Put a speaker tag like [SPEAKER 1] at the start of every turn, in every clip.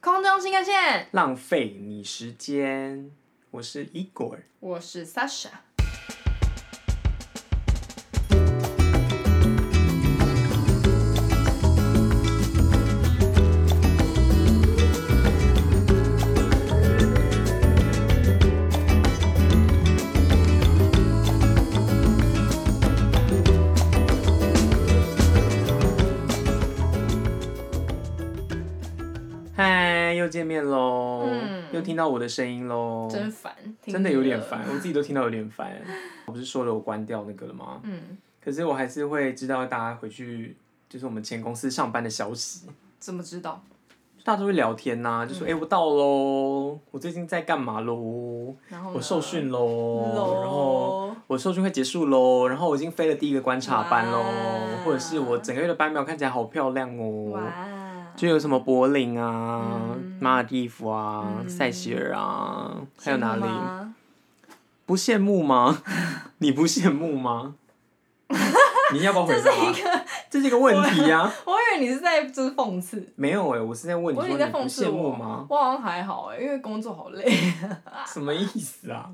[SPEAKER 1] 动新干线，
[SPEAKER 2] 浪费你时间。我是 Igor，
[SPEAKER 1] 我是 Sasha。
[SPEAKER 2] 嗨，又见面喽，
[SPEAKER 1] 嗯
[SPEAKER 2] 又听到我的声音喽，
[SPEAKER 1] 真烦，听
[SPEAKER 2] 哦真的有点
[SPEAKER 1] 腻了
[SPEAKER 2] 烦，我自己都听到有点烦。我不是说了我关掉那个了吗？
[SPEAKER 1] 嗯，
[SPEAKER 2] 可是我还是会知道大家回去，就是我们前公司上班的消息，
[SPEAKER 1] 怎么知道？
[SPEAKER 2] 大家都会聊天呐、就说
[SPEAKER 1] 嗯
[SPEAKER 2] 哎、诶我到喽，我最近在干嘛喽，
[SPEAKER 1] 然后呢
[SPEAKER 2] 我受训喽，
[SPEAKER 1] 喽
[SPEAKER 2] 然后。我受训会结束喽，然后我已经飞了第一个观察班喽
[SPEAKER 1] 哇，
[SPEAKER 2] 或者是我整个月的班表看起来好漂亮哦，
[SPEAKER 1] 哇，
[SPEAKER 2] 就有什么柏林啊、
[SPEAKER 1] 嗯
[SPEAKER 2] 马尔蒂夫啊、塞西尔啊，还有哪
[SPEAKER 1] 羡慕
[SPEAKER 2] 里？
[SPEAKER 1] 吗？
[SPEAKER 2] 不羡慕吗？ 你不羡 慕吗？你要不要回答？这是一个，问题啊！
[SPEAKER 1] 我以为你是在就是讽刺，
[SPEAKER 2] 没有哎、我是在问你
[SPEAKER 1] 我以为
[SPEAKER 2] 说你
[SPEAKER 1] 在
[SPEAKER 2] 不
[SPEAKER 1] 讽刺
[SPEAKER 2] 羡慕
[SPEAKER 1] 我
[SPEAKER 2] 吗？？
[SPEAKER 1] 我好像还好哎、因为工作好累。
[SPEAKER 2] 什么意思啊？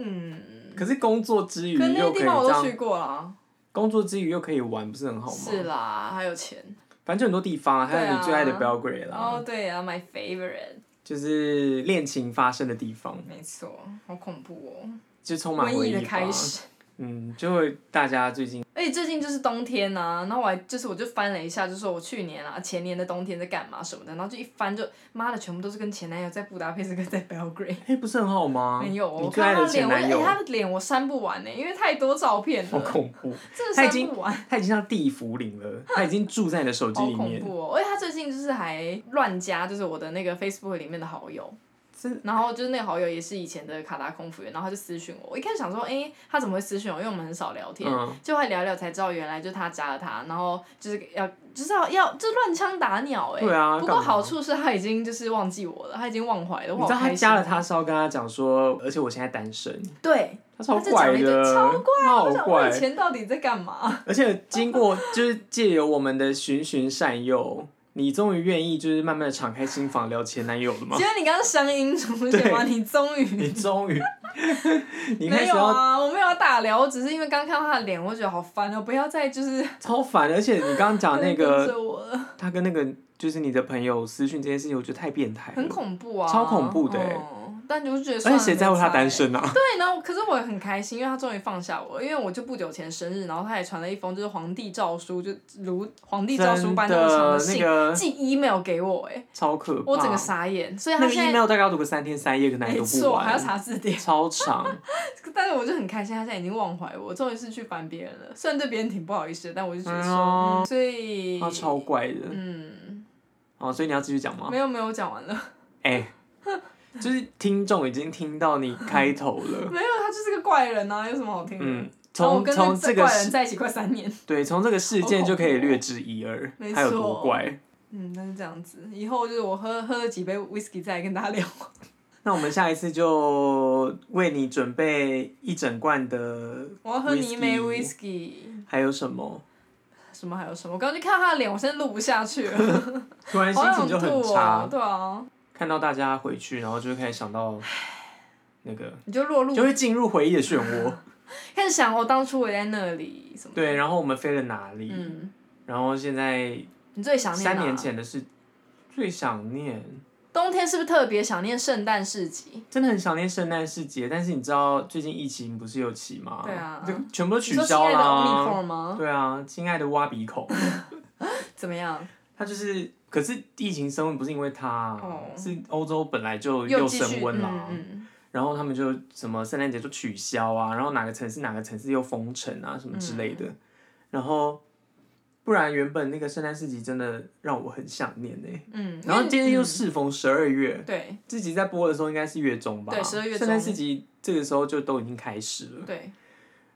[SPEAKER 1] 嗯，
[SPEAKER 2] 可是工作之余
[SPEAKER 1] 可那
[SPEAKER 2] 又
[SPEAKER 1] 些
[SPEAKER 2] 可以
[SPEAKER 1] 地方我
[SPEAKER 2] 这
[SPEAKER 1] 都
[SPEAKER 2] 样
[SPEAKER 1] 去，过啦。
[SPEAKER 2] 工作之余又可以玩，不是很好吗？
[SPEAKER 1] 是啦，还有钱。
[SPEAKER 2] 反正就很多地方啊，还有你最爱的
[SPEAKER 1] 对啊
[SPEAKER 2] Belgrade 啦。
[SPEAKER 1] 哦，对啊，my favorite，
[SPEAKER 2] 就是恋情发生的地方，
[SPEAKER 1] 没错，好恐怖哦，
[SPEAKER 2] 就充满
[SPEAKER 1] 瘟
[SPEAKER 2] 回
[SPEAKER 1] 疫
[SPEAKER 2] 忆
[SPEAKER 1] 的
[SPEAKER 2] 吧。
[SPEAKER 1] 开始。
[SPEAKER 2] 嗯，就会大家最近
[SPEAKER 1] 而且最近就是冬天呐、然后我还就是我就翻了一下，就说我去年啊前年的冬天在干嘛什么的，然后就一翻就妈的全部都是跟前男友在布达佩斯跟在 Belgrade，
[SPEAKER 2] 哎、不是很好吗？
[SPEAKER 1] 没有，
[SPEAKER 2] 你
[SPEAKER 1] 我
[SPEAKER 2] 最
[SPEAKER 1] 看
[SPEAKER 2] 爱
[SPEAKER 1] 他
[SPEAKER 2] 的
[SPEAKER 1] 的脸，
[SPEAKER 2] 前
[SPEAKER 1] 我
[SPEAKER 2] 男
[SPEAKER 1] 哎、
[SPEAKER 2] 友，
[SPEAKER 1] 他的脸我删不完呢、因为太多照片
[SPEAKER 2] 好
[SPEAKER 1] 了，
[SPEAKER 2] 恐 怖，
[SPEAKER 1] 真的
[SPEAKER 2] 他已
[SPEAKER 1] 删
[SPEAKER 2] 经
[SPEAKER 1] 不完，
[SPEAKER 2] 他已经像地府灵了，他已经住在你的手机
[SPEAKER 1] 好
[SPEAKER 2] 里
[SPEAKER 1] 恐
[SPEAKER 2] 面。
[SPEAKER 1] 怖哦！而且他最近就是还乱加，就是我的那个 Facebook 里面的好友，
[SPEAKER 2] 真
[SPEAKER 1] 然后就是那个好友也是以前的卡达空服员，然后他就私讯我，我一开始想说，哎、他怎么会私讯我？因为我们很少聊天，
[SPEAKER 2] 嗯，
[SPEAKER 1] 就会聊聊才知道，原来就他加了他，然后就是要就是要要就是乱枪打鸟哎、
[SPEAKER 2] 对啊
[SPEAKER 1] 不过
[SPEAKER 2] 干嘛
[SPEAKER 1] 好处是他已经就是忘记我了，他已经忘怀了。
[SPEAKER 2] 你
[SPEAKER 1] 我
[SPEAKER 2] 知道
[SPEAKER 1] 好开
[SPEAKER 2] 他
[SPEAKER 1] 心
[SPEAKER 2] 加了他，是要跟他讲说，而且我现在单身，
[SPEAKER 1] 对，
[SPEAKER 2] 他超
[SPEAKER 1] 他就讲
[SPEAKER 2] 怪
[SPEAKER 1] 了一
[SPEAKER 2] 的，
[SPEAKER 1] 堆超
[SPEAKER 2] 怪，
[SPEAKER 1] 我
[SPEAKER 2] 好
[SPEAKER 1] 想我以
[SPEAKER 2] 怪。
[SPEAKER 1] 前到底在干嘛？
[SPEAKER 2] 而且经过就是借由我们的循循善诱，你终于愿意就是慢慢的敞开心房聊前男友了吗
[SPEAKER 1] 结？果你刚刚声音出现吗？
[SPEAKER 2] 对
[SPEAKER 1] 你终
[SPEAKER 2] 你
[SPEAKER 1] 于。
[SPEAKER 2] 终于， 你开
[SPEAKER 1] 没
[SPEAKER 2] 始
[SPEAKER 1] 有
[SPEAKER 2] 要
[SPEAKER 1] 啊，我没有要打聊，我只是因为刚看到他的脸，我觉得好烦哦，不要再就是
[SPEAKER 2] 超烦，而且你刚刚讲那
[SPEAKER 1] 跟
[SPEAKER 2] 个
[SPEAKER 1] 着我了，
[SPEAKER 2] 他跟那个就是你的朋友私讯这件事情，我觉得太变态了。
[SPEAKER 1] 很恐怖啊，
[SPEAKER 2] 超恐怖的欸
[SPEAKER 1] 嗯但就是觉得，
[SPEAKER 2] 而且谁在乎
[SPEAKER 1] 欸
[SPEAKER 2] 他单？身啊？
[SPEAKER 1] 对，然后可是我也很开心，因为他终于放下我了，因为我就不久前生日，然后他也传了一封就是皇帝诏书，就如皇帝诏书般那么长
[SPEAKER 2] 的那
[SPEAKER 1] 信，
[SPEAKER 2] 个
[SPEAKER 1] 寄 email 给我、哎，
[SPEAKER 2] 超可怕，
[SPEAKER 1] 我整个傻眼，所以
[SPEAKER 2] 那
[SPEAKER 1] 他
[SPEAKER 2] 个
[SPEAKER 1] 现在
[SPEAKER 2] email 大概要读个三天三夜，可能还
[SPEAKER 1] 没
[SPEAKER 2] 读不
[SPEAKER 1] 错，还要
[SPEAKER 2] 完，
[SPEAKER 1] 查字典，
[SPEAKER 2] 超长。
[SPEAKER 1] 但是我就很开心，他现在已经忘怀我，终于是去烦别人了，虽然对别人挺不好意思的，但我就觉得说，
[SPEAKER 2] 嗯
[SPEAKER 1] 嗯所以
[SPEAKER 2] 他超怪的。
[SPEAKER 1] 嗯，
[SPEAKER 2] 哦，所以你要继续讲吗
[SPEAKER 1] 没？有没有我讲完了，
[SPEAKER 2] 哎，就是听众已经听到你开头 了。
[SPEAKER 1] 没有，他就是个怪人啊，有什么好听的？
[SPEAKER 2] 嗯，
[SPEAKER 1] 然后我
[SPEAKER 2] 从
[SPEAKER 1] 跟
[SPEAKER 2] 从
[SPEAKER 1] 这
[SPEAKER 2] 这
[SPEAKER 1] 个
[SPEAKER 2] 个
[SPEAKER 1] 怪人
[SPEAKER 2] 事
[SPEAKER 1] 在一起快三年，
[SPEAKER 2] 对从这个事件就可以略知一二
[SPEAKER 1] 哦没，错
[SPEAKER 2] 还有多怪。
[SPEAKER 1] 嗯，但是这样子，以后就是我喝喝了几杯 whisky 再来跟大家聊。
[SPEAKER 2] 那我们下一次就为你准备一整罐的
[SPEAKER 1] 我要喝泥煤
[SPEAKER 2] Whisky
[SPEAKER 1] whisky，
[SPEAKER 2] 还有什么？
[SPEAKER 1] 什么还有什么？我刚刚就看到他的脸，我现在录不下去 了，
[SPEAKER 2] 突然心
[SPEAKER 1] 好想
[SPEAKER 2] 情就很
[SPEAKER 1] 吐
[SPEAKER 2] 差，
[SPEAKER 1] 哦。对啊，
[SPEAKER 2] 看到大家回去，然后就会开始想到那个，
[SPEAKER 1] 你就落入
[SPEAKER 2] 就，会进入回忆的漩 涡。
[SPEAKER 1] 开始想我当初我在那里什么。，
[SPEAKER 2] 对，然后我们飞了哪里？
[SPEAKER 1] 嗯，
[SPEAKER 2] 然后现在
[SPEAKER 1] 你最想念哪
[SPEAKER 2] 三年？前的事，最想念，
[SPEAKER 1] 冬天是不是特别想念圣诞市集？
[SPEAKER 2] 真的很想念圣诞市节。但是你知道最近疫情不是有起吗？
[SPEAKER 1] 对啊
[SPEAKER 2] 就全部都
[SPEAKER 1] 你
[SPEAKER 2] 取
[SPEAKER 1] 说亲
[SPEAKER 2] 消
[SPEAKER 1] 爱的
[SPEAKER 2] 啦。
[SPEAKER 1] Omicron 吗？
[SPEAKER 2] 对啊，亲爱的挖 鼻孔，
[SPEAKER 1] 怎么样？
[SPEAKER 2] 他就是，可是疫情升温不是因为他啊，
[SPEAKER 1] 哦
[SPEAKER 2] 是欧洲本来就
[SPEAKER 1] 继续
[SPEAKER 2] 升温啦、
[SPEAKER 1] 嗯
[SPEAKER 2] 然后他们就什么圣诞节就取消啊，然后哪个城市哪个城市又封城啊什么之类的，
[SPEAKER 1] 嗯
[SPEAKER 2] 然后不然原本那个圣诞市集真的让我很想念呢、
[SPEAKER 1] 嗯嗯，
[SPEAKER 2] 然后今
[SPEAKER 1] 因
[SPEAKER 2] 天
[SPEAKER 1] 为
[SPEAKER 2] 又适逢十二月，
[SPEAKER 1] 嗯对
[SPEAKER 2] 自己在播的时候应该是月中吧？
[SPEAKER 1] 对12月中
[SPEAKER 2] 圣诞市集这个时候就都已经开始了。
[SPEAKER 1] 对，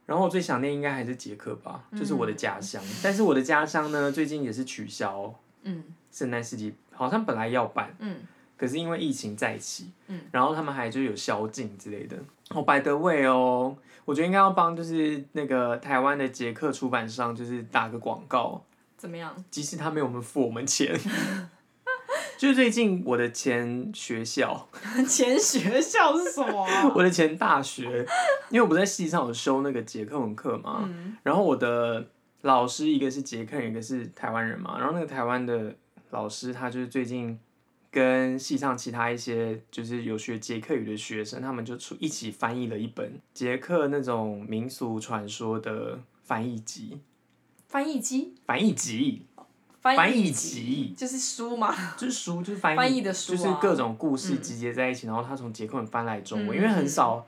[SPEAKER 2] 然后我最想念应该还是捷克吧，
[SPEAKER 1] 嗯
[SPEAKER 2] 就是我的家乡。但是我的家乡呢，最近也是取消
[SPEAKER 1] 嗯
[SPEAKER 2] 圣诞市集，好像本来要办。
[SPEAKER 1] 嗯
[SPEAKER 2] 可是因为疫情在一起，
[SPEAKER 1] 嗯
[SPEAKER 2] 然后他们还就有宵禁之类的。哦，百德味哦，我觉得应该要帮就是那个台湾的捷克出版商就是打个广告，
[SPEAKER 1] 怎么样？
[SPEAKER 2] 即使他没有我们付我们钱，就是最近我的前学校，
[SPEAKER 1] 前学校是什么啊、
[SPEAKER 2] 我的前大学，因为我不在系上有修那个捷克文课嘛，
[SPEAKER 1] 嗯
[SPEAKER 2] 然后我的老师一个是捷克人，一个是台湾人嘛。然后那个台湾的老师，他就是最近跟系上其他一些就是有学捷克语的学生，他们就出一起翻译了一本捷克那种民俗传说的翻译集，
[SPEAKER 1] 翻译机，
[SPEAKER 2] 翻译集，
[SPEAKER 1] 翻
[SPEAKER 2] 翻译
[SPEAKER 1] 机
[SPEAKER 2] 集，
[SPEAKER 1] 就是书嘛。
[SPEAKER 2] 就是书，就是翻译，
[SPEAKER 1] 翻译的书啊
[SPEAKER 2] 就是各种故事集结在一起，然后他从捷克文翻来中
[SPEAKER 1] 嗯
[SPEAKER 2] 文，因为很少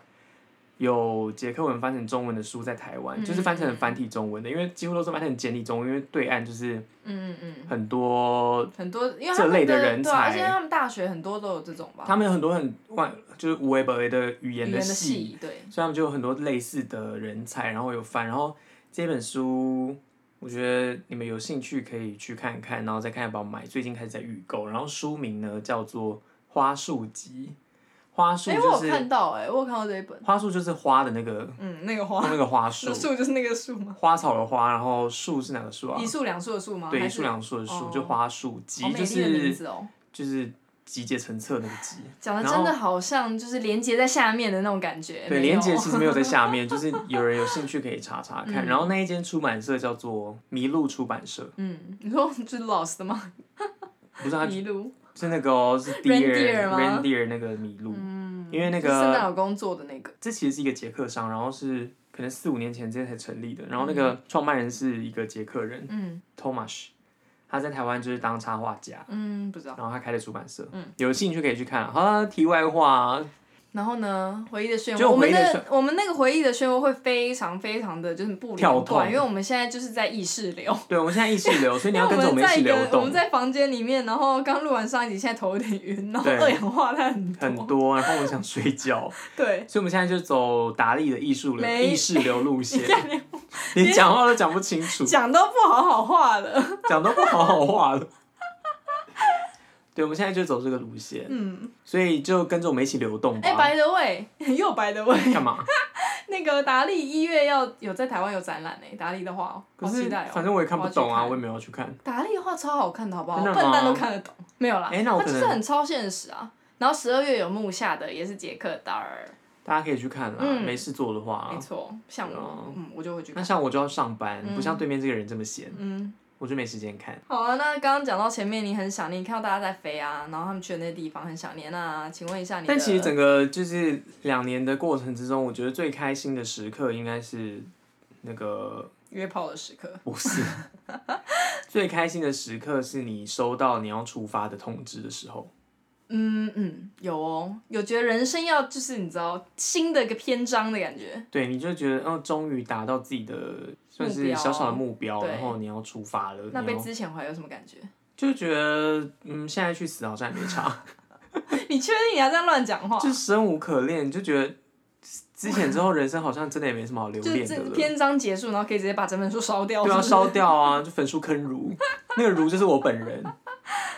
[SPEAKER 2] 有捷克文翻成中文的书在台湾，
[SPEAKER 1] 嗯
[SPEAKER 2] 就是翻成繁体中文的，因为几乎都是翻成简体中文，因为对岸就是
[SPEAKER 1] 嗯嗯嗯，
[SPEAKER 2] 很多，
[SPEAKER 1] 很多因为
[SPEAKER 2] 这
[SPEAKER 1] 他
[SPEAKER 2] 类
[SPEAKER 1] 们
[SPEAKER 2] 的
[SPEAKER 1] 的
[SPEAKER 2] 人
[SPEAKER 1] 对啊、
[SPEAKER 2] 才
[SPEAKER 1] 而且他们大学很多都有这种吧，
[SPEAKER 2] 他们有很多很万就是无为不为的语
[SPEAKER 1] 语言
[SPEAKER 2] 的
[SPEAKER 1] 的，系对，
[SPEAKER 2] 所以他们就有很多类似的人才，然后有翻，然后这本书。我觉得你们有兴趣可以去看看，然后再看要不要买。最近开始在预购，然后书名呢叫做《花束集》，花束
[SPEAKER 1] 哎、
[SPEAKER 2] 就
[SPEAKER 1] 我有
[SPEAKER 2] 是
[SPEAKER 1] 看到哎、我有看到这一本，
[SPEAKER 2] 花束就是花的那个，
[SPEAKER 1] 嗯，那个花，
[SPEAKER 2] 用那个花
[SPEAKER 1] 那
[SPEAKER 2] 束，
[SPEAKER 1] 树就是那个树吗？
[SPEAKER 2] 花草的花，然后树是哪个树啊
[SPEAKER 1] 一？树两树的树吗？
[SPEAKER 2] 对，
[SPEAKER 1] 还
[SPEAKER 2] 一
[SPEAKER 1] 是
[SPEAKER 2] 树两树的树，
[SPEAKER 1] 哦
[SPEAKER 2] 就花树集
[SPEAKER 1] 好美
[SPEAKER 2] 就
[SPEAKER 1] 丽的名
[SPEAKER 2] 是
[SPEAKER 1] 字哦，
[SPEAKER 2] 就是集结成册那个集，
[SPEAKER 1] 讲的
[SPEAKER 2] 然
[SPEAKER 1] 真的
[SPEAKER 2] 后
[SPEAKER 1] 好像就是连接在下面的那种感觉。
[SPEAKER 2] 对，
[SPEAKER 1] 没有
[SPEAKER 2] 连接其实没有在 下面，就是有人有兴趣可以查查看。然后那一间出版社叫做麋鹿出版社，
[SPEAKER 1] 嗯，你说就是 lost 的吗？
[SPEAKER 2] 不是它
[SPEAKER 1] 迷路。
[SPEAKER 2] 是那个哦，是
[SPEAKER 1] 嗯 Reindeer
[SPEAKER 2] deer
[SPEAKER 1] 吗
[SPEAKER 2] reindeer 那个麋鹿，
[SPEAKER 1] 嗯，
[SPEAKER 2] 因为那
[SPEAKER 1] 就圣诞
[SPEAKER 2] 个
[SPEAKER 1] 老公做的那个。
[SPEAKER 2] 这其实是一个捷克商，然后是可能四五年前之前才成立的，然后那个创办人是一个捷克人，
[SPEAKER 1] 嗯
[SPEAKER 2] Tomas，他在台湾就是当插画家，
[SPEAKER 1] 嗯，不知道。
[SPEAKER 2] 然后他开的出版社，
[SPEAKER 1] 嗯
[SPEAKER 2] 有兴趣可以去看啊。好啦，题外话，啊
[SPEAKER 1] 然后呢，回忆的漩涡，
[SPEAKER 2] 就
[SPEAKER 1] 我们
[SPEAKER 2] 回忆的
[SPEAKER 1] 的我们那个回忆的漩涡会非常非常的就是不
[SPEAKER 2] 跳
[SPEAKER 1] 连
[SPEAKER 2] 动
[SPEAKER 1] 贯，因为我们现在就是在意识流。
[SPEAKER 2] 对我们现在意识 流，所以你
[SPEAKER 1] 因
[SPEAKER 2] 要
[SPEAKER 1] 为
[SPEAKER 2] 跟着
[SPEAKER 1] 我
[SPEAKER 2] 我
[SPEAKER 1] 们
[SPEAKER 2] 们一
[SPEAKER 1] 在
[SPEAKER 2] 起
[SPEAKER 1] 一个
[SPEAKER 2] 流
[SPEAKER 1] 我们
[SPEAKER 2] 动，
[SPEAKER 1] 在房间里面，然后刚录完上一集，现在头有点晕，然后
[SPEAKER 2] 对
[SPEAKER 1] 二氧化碳很多
[SPEAKER 2] 很多，然后我想睡觉，
[SPEAKER 1] 对，
[SPEAKER 2] 所以我们现在就走达利的艺术流、
[SPEAKER 1] 没
[SPEAKER 2] 意识流路 线
[SPEAKER 1] 你。看你
[SPEAKER 2] 你讲话都讲不 清楚，
[SPEAKER 1] 讲都不好好话 了。
[SPEAKER 2] 讲都不好好话了。对，我们现在就走这个路线，
[SPEAKER 1] 嗯，
[SPEAKER 2] 所以就跟着我们一起流动
[SPEAKER 1] 哎、
[SPEAKER 2] 吧。
[SPEAKER 1] 白的喂， 又白的喂，
[SPEAKER 2] 干嘛？
[SPEAKER 1] 那个达利一月要有在台湾有展览呢、达利的画哦，
[SPEAKER 2] 可
[SPEAKER 1] 好期
[SPEAKER 2] 是
[SPEAKER 1] 待哦、
[SPEAKER 2] 反正我也看不懂啊，
[SPEAKER 1] 我要去看
[SPEAKER 2] 我也没有要去看。
[SPEAKER 1] 达利的画超好看的，好不好？
[SPEAKER 2] 真的
[SPEAKER 1] 笨
[SPEAKER 2] 吗
[SPEAKER 1] 蛋都看得懂，没有啦。
[SPEAKER 2] 哎那我
[SPEAKER 1] 它就
[SPEAKER 2] 可
[SPEAKER 1] 是
[SPEAKER 2] 能
[SPEAKER 1] 很超现实啊。然后十二月有木下的，也是捷克达尔，
[SPEAKER 2] 大家可以去看啦，
[SPEAKER 1] 嗯
[SPEAKER 2] 没事做的话啊、哦
[SPEAKER 1] 没错，像我，嗯，我就会去
[SPEAKER 2] 那
[SPEAKER 1] 看。
[SPEAKER 2] 像我就要上班，
[SPEAKER 1] 嗯
[SPEAKER 2] 不像对面这个人这么闲，
[SPEAKER 1] 嗯，
[SPEAKER 2] 我就没时间看。
[SPEAKER 1] 好啊。那刚刚讲到前面，你很想念，你看到大家在飞啊，然后他们去的那些地方很想念啊。请问一下你的，
[SPEAKER 2] 但其实整个就是两年的过程之中，我觉得最开心的时刻应该是那个
[SPEAKER 1] 约炮的时刻，
[SPEAKER 2] 不是， 最开心的时刻是你收到你要出发的通知的时候。
[SPEAKER 1] 嗯嗯，有哦，有觉得人生要就是你知道新的一个篇章的感觉。
[SPEAKER 2] 对，你就觉得，嗯，终于达到自己的算
[SPEAKER 1] 目
[SPEAKER 2] 是
[SPEAKER 1] 标
[SPEAKER 2] 小小的目标，
[SPEAKER 1] 对
[SPEAKER 2] 然后你要出发了，
[SPEAKER 1] 那被
[SPEAKER 2] 你要
[SPEAKER 1] 之前怀有什么感觉？
[SPEAKER 2] 就觉得，嗯，现在去死好像也 没差，
[SPEAKER 1] 你确定你要这样乱讲话？
[SPEAKER 2] 就生无可恋，就觉得之前之后人生好像真的也没什么好留
[SPEAKER 1] 就是
[SPEAKER 2] 恋的
[SPEAKER 1] 这
[SPEAKER 2] 了。
[SPEAKER 1] 篇章结束，然后可以直接把整本书烧掉。
[SPEAKER 2] 对啊，
[SPEAKER 1] 是不是
[SPEAKER 2] 烧掉啊，就焚书坑儒，那个儒就是我本人，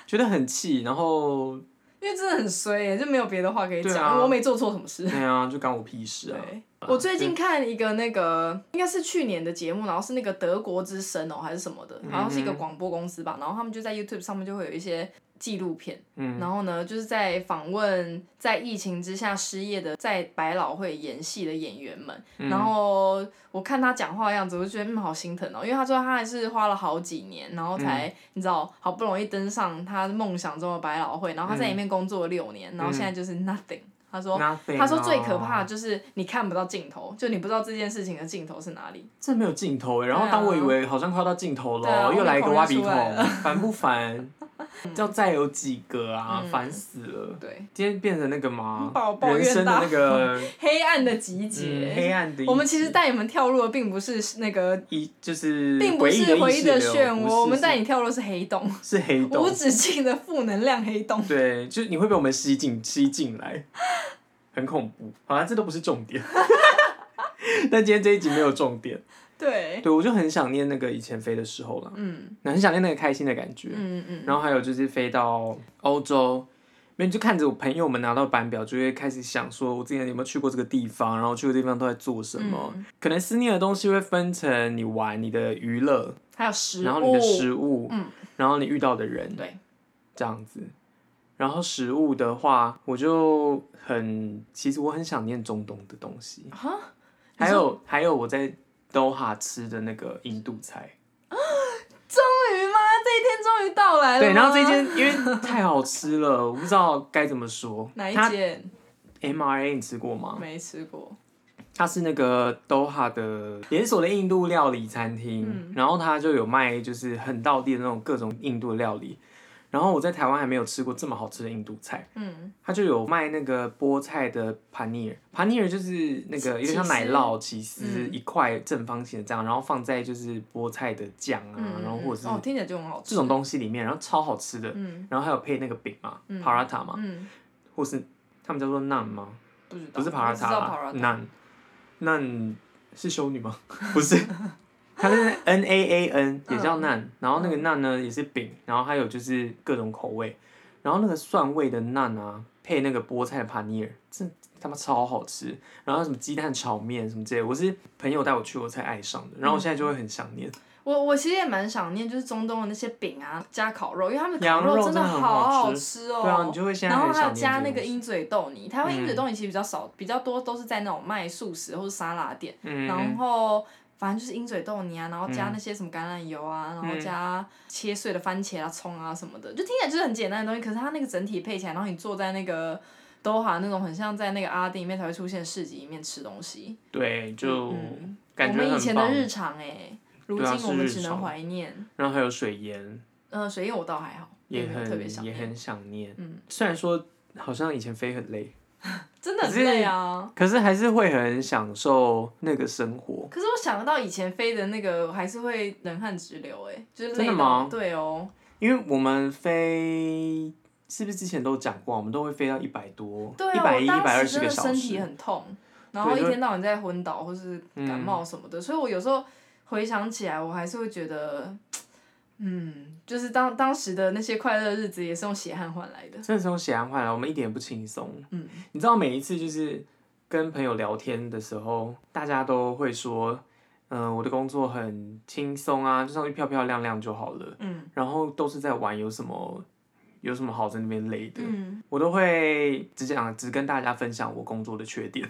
[SPEAKER 2] 觉得很气，然后
[SPEAKER 1] 因为真的很衰耶，就没有别的话可以
[SPEAKER 2] 对
[SPEAKER 1] 讲。
[SPEAKER 2] 啊
[SPEAKER 1] 我没做错什么事。
[SPEAKER 2] 对啊，就干我屁事啊。
[SPEAKER 1] 对，我最近看一个那个应该是去年的节目，然后是那个德国之声哦、还是什么
[SPEAKER 2] 嗯
[SPEAKER 1] 的，然后是一个广播公司吧，然后他们就在 YouTube 上面就会有一些纪录片，
[SPEAKER 2] 嗯
[SPEAKER 1] 然后呢就是在访问在疫情之下失业的在百老汇演戏的演员们，
[SPEAKER 2] 嗯
[SPEAKER 1] 然后我看他讲话的样子，我就觉得嗯好心疼哦、因为他说他还是花了好几年，然后
[SPEAKER 2] 嗯
[SPEAKER 1] 才、你知道好不容易登上他梦想中的百老汇，然后他
[SPEAKER 2] 嗯
[SPEAKER 1] 在里面工作了六年，然后现在就是 nothing，他说。
[SPEAKER 2] Nothing
[SPEAKER 1] 他说最可怕
[SPEAKER 2] 啊，
[SPEAKER 1] 的就是你看不到尽头，就你不知道这件事情的尽头是哪里。
[SPEAKER 2] 这没有尽头哎。
[SPEAKER 1] 对啊
[SPEAKER 2] 然后当我以为好像快要到尽头
[SPEAKER 1] 对啊
[SPEAKER 2] 了，又来一个挖鼻
[SPEAKER 1] 我的口又出来
[SPEAKER 2] 孔，烦 不烦？要再有几个啊，
[SPEAKER 1] 嗯
[SPEAKER 2] 烦死了！
[SPEAKER 1] 对，
[SPEAKER 2] 今天变成那个吗
[SPEAKER 1] 抱？嗯抱怨
[SPEAKER 2] 人生的
[SPEAKER 1] 大
[SPEAKER 2] 那 个
[SPEAKER 1] 黑暗的集
[SPEAKER 2] 嗯
[SPEAKER 1] 结。
[SPEAKER 2] 黑暗的一集，
[SPEAKER 1] 我们其实带你们跳入的并不是那个，
[SPEAKER 2] 一就是
[SPEAKER 1] 并不是
[SPEAKER 2] 回
[SPEAKER 1] 回忆的
[SPEAKER 2] 意识
[SPEAKER 1] 漩
[SPEAKER 2] 流哦不
[SPEAKER 1] 涡，
[SPEAKER 2] 是
[SPEAKER 1] 我们带你跳入的是黑洞，
[SPEAKER 2] 是黑
[SPEAKER 1] 无
[SPEAKER 2] 洞，
[SPEAKER 1] 止境的负能量黑洞。
[SPEAKER 2] 对，就是你会被我们吸进吸进来，很恐怖。好啦，这都不是重点。 但今天这一集没有重点，
[SPEAKER 1] 对，
[SPEAKER 2] 对我就很想念那个以前飞的时候了，
[SPEAKER 1] 嗯
[SPEAKER 2] 那很想念那个开心的感觉。
[SPEAKER 1] 嗯嗯，
[SPEAKER 2] 然后还有就是飞到欧洲，因为就看着我朋友们拿到班表，就会开始想说，我之前有没有去过这个地方，然后去过地方都在做什么。
[SPEAKER 1] 嗯
[SPEAKER 2] 可能思念的东西会分成你玩、你的娱乐，
[SPEAKER 1] 还有食物，
[SPEAKER 2] 然后你的食物，
[SPEAKER 1] 嗯
[SPEAKER 2] 然后你遇到的人，
[SPEAKER 1] 对，
[SPEAKER 2] 这样子。然后食物的话，我就很，其实我很想念中东的东西，
[SPEAKER 1] 啊，
[SPEAKER 2] 还有还有我在 Doha 吃的那个印度菜。
[SPEAKER 1] 终于吗？这一天终于到来了吗。
[SPEAKER 2] 对，然后这间因为太好吃了，我不知道该怎么说。
[SPEAKER 1] 哪一
[SPEAKER 2] 它
[SPEAKER 1] 间
[SPEAKER 2] MRA 你吃过吗？
[SPEAKER 1] 没吃过？
[SPEAKER 2] 它是那个 Doha 的连锁的印度料理餐厅，
[SPEAKER 1] 嗯
[SPEAKER 2] 然后它就有卖就是很道地的那种各种印度料理。然后我在台湾还没有吃过这么好吃的印度菜，
[SPEAKER 1] 嗯，
[SPEAKER 2] 它就有卖那个菠菜的 paneer，paneer 就是那个有点像
[SPEAKER 1] 起司
[SPEAKER 2] 奶酪起司
[SPEAKER 1] 嗯
[SPEAKER 2] 一块正方形的这样，然后放在就是菠菜的酱啊，
[SPEAKER 1] 嗯，
[SPEAKER 2] 然后或者是
[SPEAKER 1] 哦，听起来就很好吃。
[SPEAKER 2] 这种东西里面，然后超好吃的。
[SPEAKER 1] 嗯
[SPEAKER 2] 然后还有配那个饼嘛、
[SPEAKER 1] 嗯
[SPEAKER 2] p a r a t a 嘛，
[SPEAKER 1] 嗯，
[SPEAKER 2] 或是他们叫做 nan 吗？
[SPEAKER 1] 不知道，
[SPEAKER 2] 不是 p a r
[SPEAKER 1] 我
[SPEAKER 2] a
[SPEAKER 1] 知
[SPEAKER 2] t a
[SPEAKER 1] 道
[SPEAKER 2] 啦
[SPEAKER 1] parata，
[SPEAKER 2] nan nan 是修女吗？ 不是，它是 n a a n 也
[SPEAKER 1] 嗯
[SPEAKER 2] 叫 nan，、然后那个 nan 呢也是饼，然后还有就是各种口味，然后那个蒜味的 nan 啊，配那个菠菜的帕尼尔，真他妈超好吃。然后什么鸡蛋炒面什么之类的，我是朋友带我去我才爱上的，然后我现在就会很想
[SPEAKER 1] 嗯
[SPEAKER 2] 念。
[SPEAKER 1] 我我其实也蛮想念，就是中东的那些饼啊，加烤肉，因为他们
[SPEAKER 2] 羊
[SPEAKER 1] 烤
[SPEAKER 2] 肉
[SPEAKER 1] 真
[SPEAKER 2] 真的很
[SPEAKER 1] 好
[SPEAKER 2] 好
[SPEAKER 1] 吃哦。
[SPEAKER 2] 对啊，你就会现在
[SPEAKER 1] 然后
[SPEAKER 2] 很
[SPEAKER 1] 还
[SPEAKER 2] 想
[SPEAKER 1] 有
[SPEAKER 2] 念这
[SPEAKER 1] 加那
[SPEAKER 2] 东
[SPEAKER 1] 个
[SPEAKER 2] 西
[SPEAKER 1] 鹰嘴豆泥，台湾鹰嘴
[SPEAKER 2] 嗯
[SPEAKER 1] 豆泥其实比较少，比较多都是在那种卖素食或者沙拉店，
[SPEAKER 2] 嗯，
[SPEAKER 1] 然后反正就是鹰嘴豆泥啊，然后加
[SPEAKER 2] 嗯
[SPEAKER 1] 那些什么橄榄油啊，然后
[SPEAKER 2] 嗯
[SPEAKER 1] 加切碎的番茄啊、葱啊什么的，就听起来就是很简单的东西，可是它那个整体配起来，然后你坐在那个。都哈那种很像在那个阿丁里面才会出现市集里面吃东西，
[SPEAKER 2] 对，就
[SPEAKER 1] 嗯
[SPEAKER 2] 感
[SPEAKER 1] 我
[SPEAKER 2] 觉
[SPEAKER 1] 们以
[SPEAKER 2] 很
[SPEAKER 1] 前的
[SPEAKER 2] 棒。
[SPEAKER 1] 日常哎、如
[SPEAKER 2] 对啊
[SPEAKER 1] 今
[SPEAKER 2] 是
[SPEAKER 1] 我们
[SPEAKER 2] 日
[SPEAKER 1] 只能
[SPEAKER 2] 常
[SPEAKER 1] 怀念。
[SPEAKER 2] 然后还有水盐，
[SPEAKER 1] 嗯，水印我倒还好，
[SPEAKER 2] 也
[SPEAKER 1] 没有特别
[SPEAKER 2] 很
[SPEAKER 1] 想
[SPEAKER 2] 也
[SPEAKER 1] 念，
[SPEAKER 2] 很想念。
[SPEAKER 1] 嗯
[SPEAKER 2] 虽然说好像以前飞很累，
[SPEAKER 1] 真的
[SPEAKER 2] 可
[SPEAKER 1] 很
[SPEAKER 2] 是
[SPEAKER 1] 累啊。
[SPEAKER 2] 可是还是会很享受那个生活。
[SPEAKER 1] 可是我想到以前飞的那个，我还是会冷汗直流哎、就是
[SPEAKER 2] 真
[SPEAKER 1] 累到
[SPEAKER 2] 的吗
[SPEAKER 1] 对哦，
[SPEAKER 2] 因为我们飞是不是之前都有讲过啊，我们都会飞到一百多
[SPEAKER 1] 对、、
[SPEAKER 2] 一
[SPEAKER 1] 啊，
[SPEAKER 2] 百一、一
[SPEAKER 1] 我
[SPEAKER 2] 百
[SPEAKER 1] 当
[SPEAKER 2] 二
[SPEAKER 1] 时
[SPEAKER 2] 十
[SPEAKER 1] 真
[SPEAKER 2] 个
[SPEAKER 1] 的
[SPEAKER 2] 小
[SPEAKER 1] 身体
[SPEAKER 2] 时。
[SPEAKER 1] 很痛，然后
[SPEAKER 2] 对
[SPEAKER 1] 一
[SPEAKER 2] 就
[SPEAKER 1] 天到晚在昏倒或是感
[SPEAKER 2] 嗯
[SPEAKER 1] 冒什么的，所以我有时候回想起来，我还是会觉得，嗯，就是当当时的那些快乐日子也是用血汗换来的。
[SPEAKER 2] 真的是用血汗换来，我们一点也不轻松。
[SPEAKER 1] 嗯，
[SPEAKER 2] 你知道每一次就是跟朋友聊天的时候，大家都会说，嗯、我的工作很轻松啊，就上去漂漂亮亮就好了。
[SPEAKER 1] 嗯
[SPEAKER 2] 然后都是在玩有什么有什么好在那边累的，
[SPEAKER 1] 嗯，
[SPEAKER 2] 我都会只讲只跟大家分享我工作的 缺点。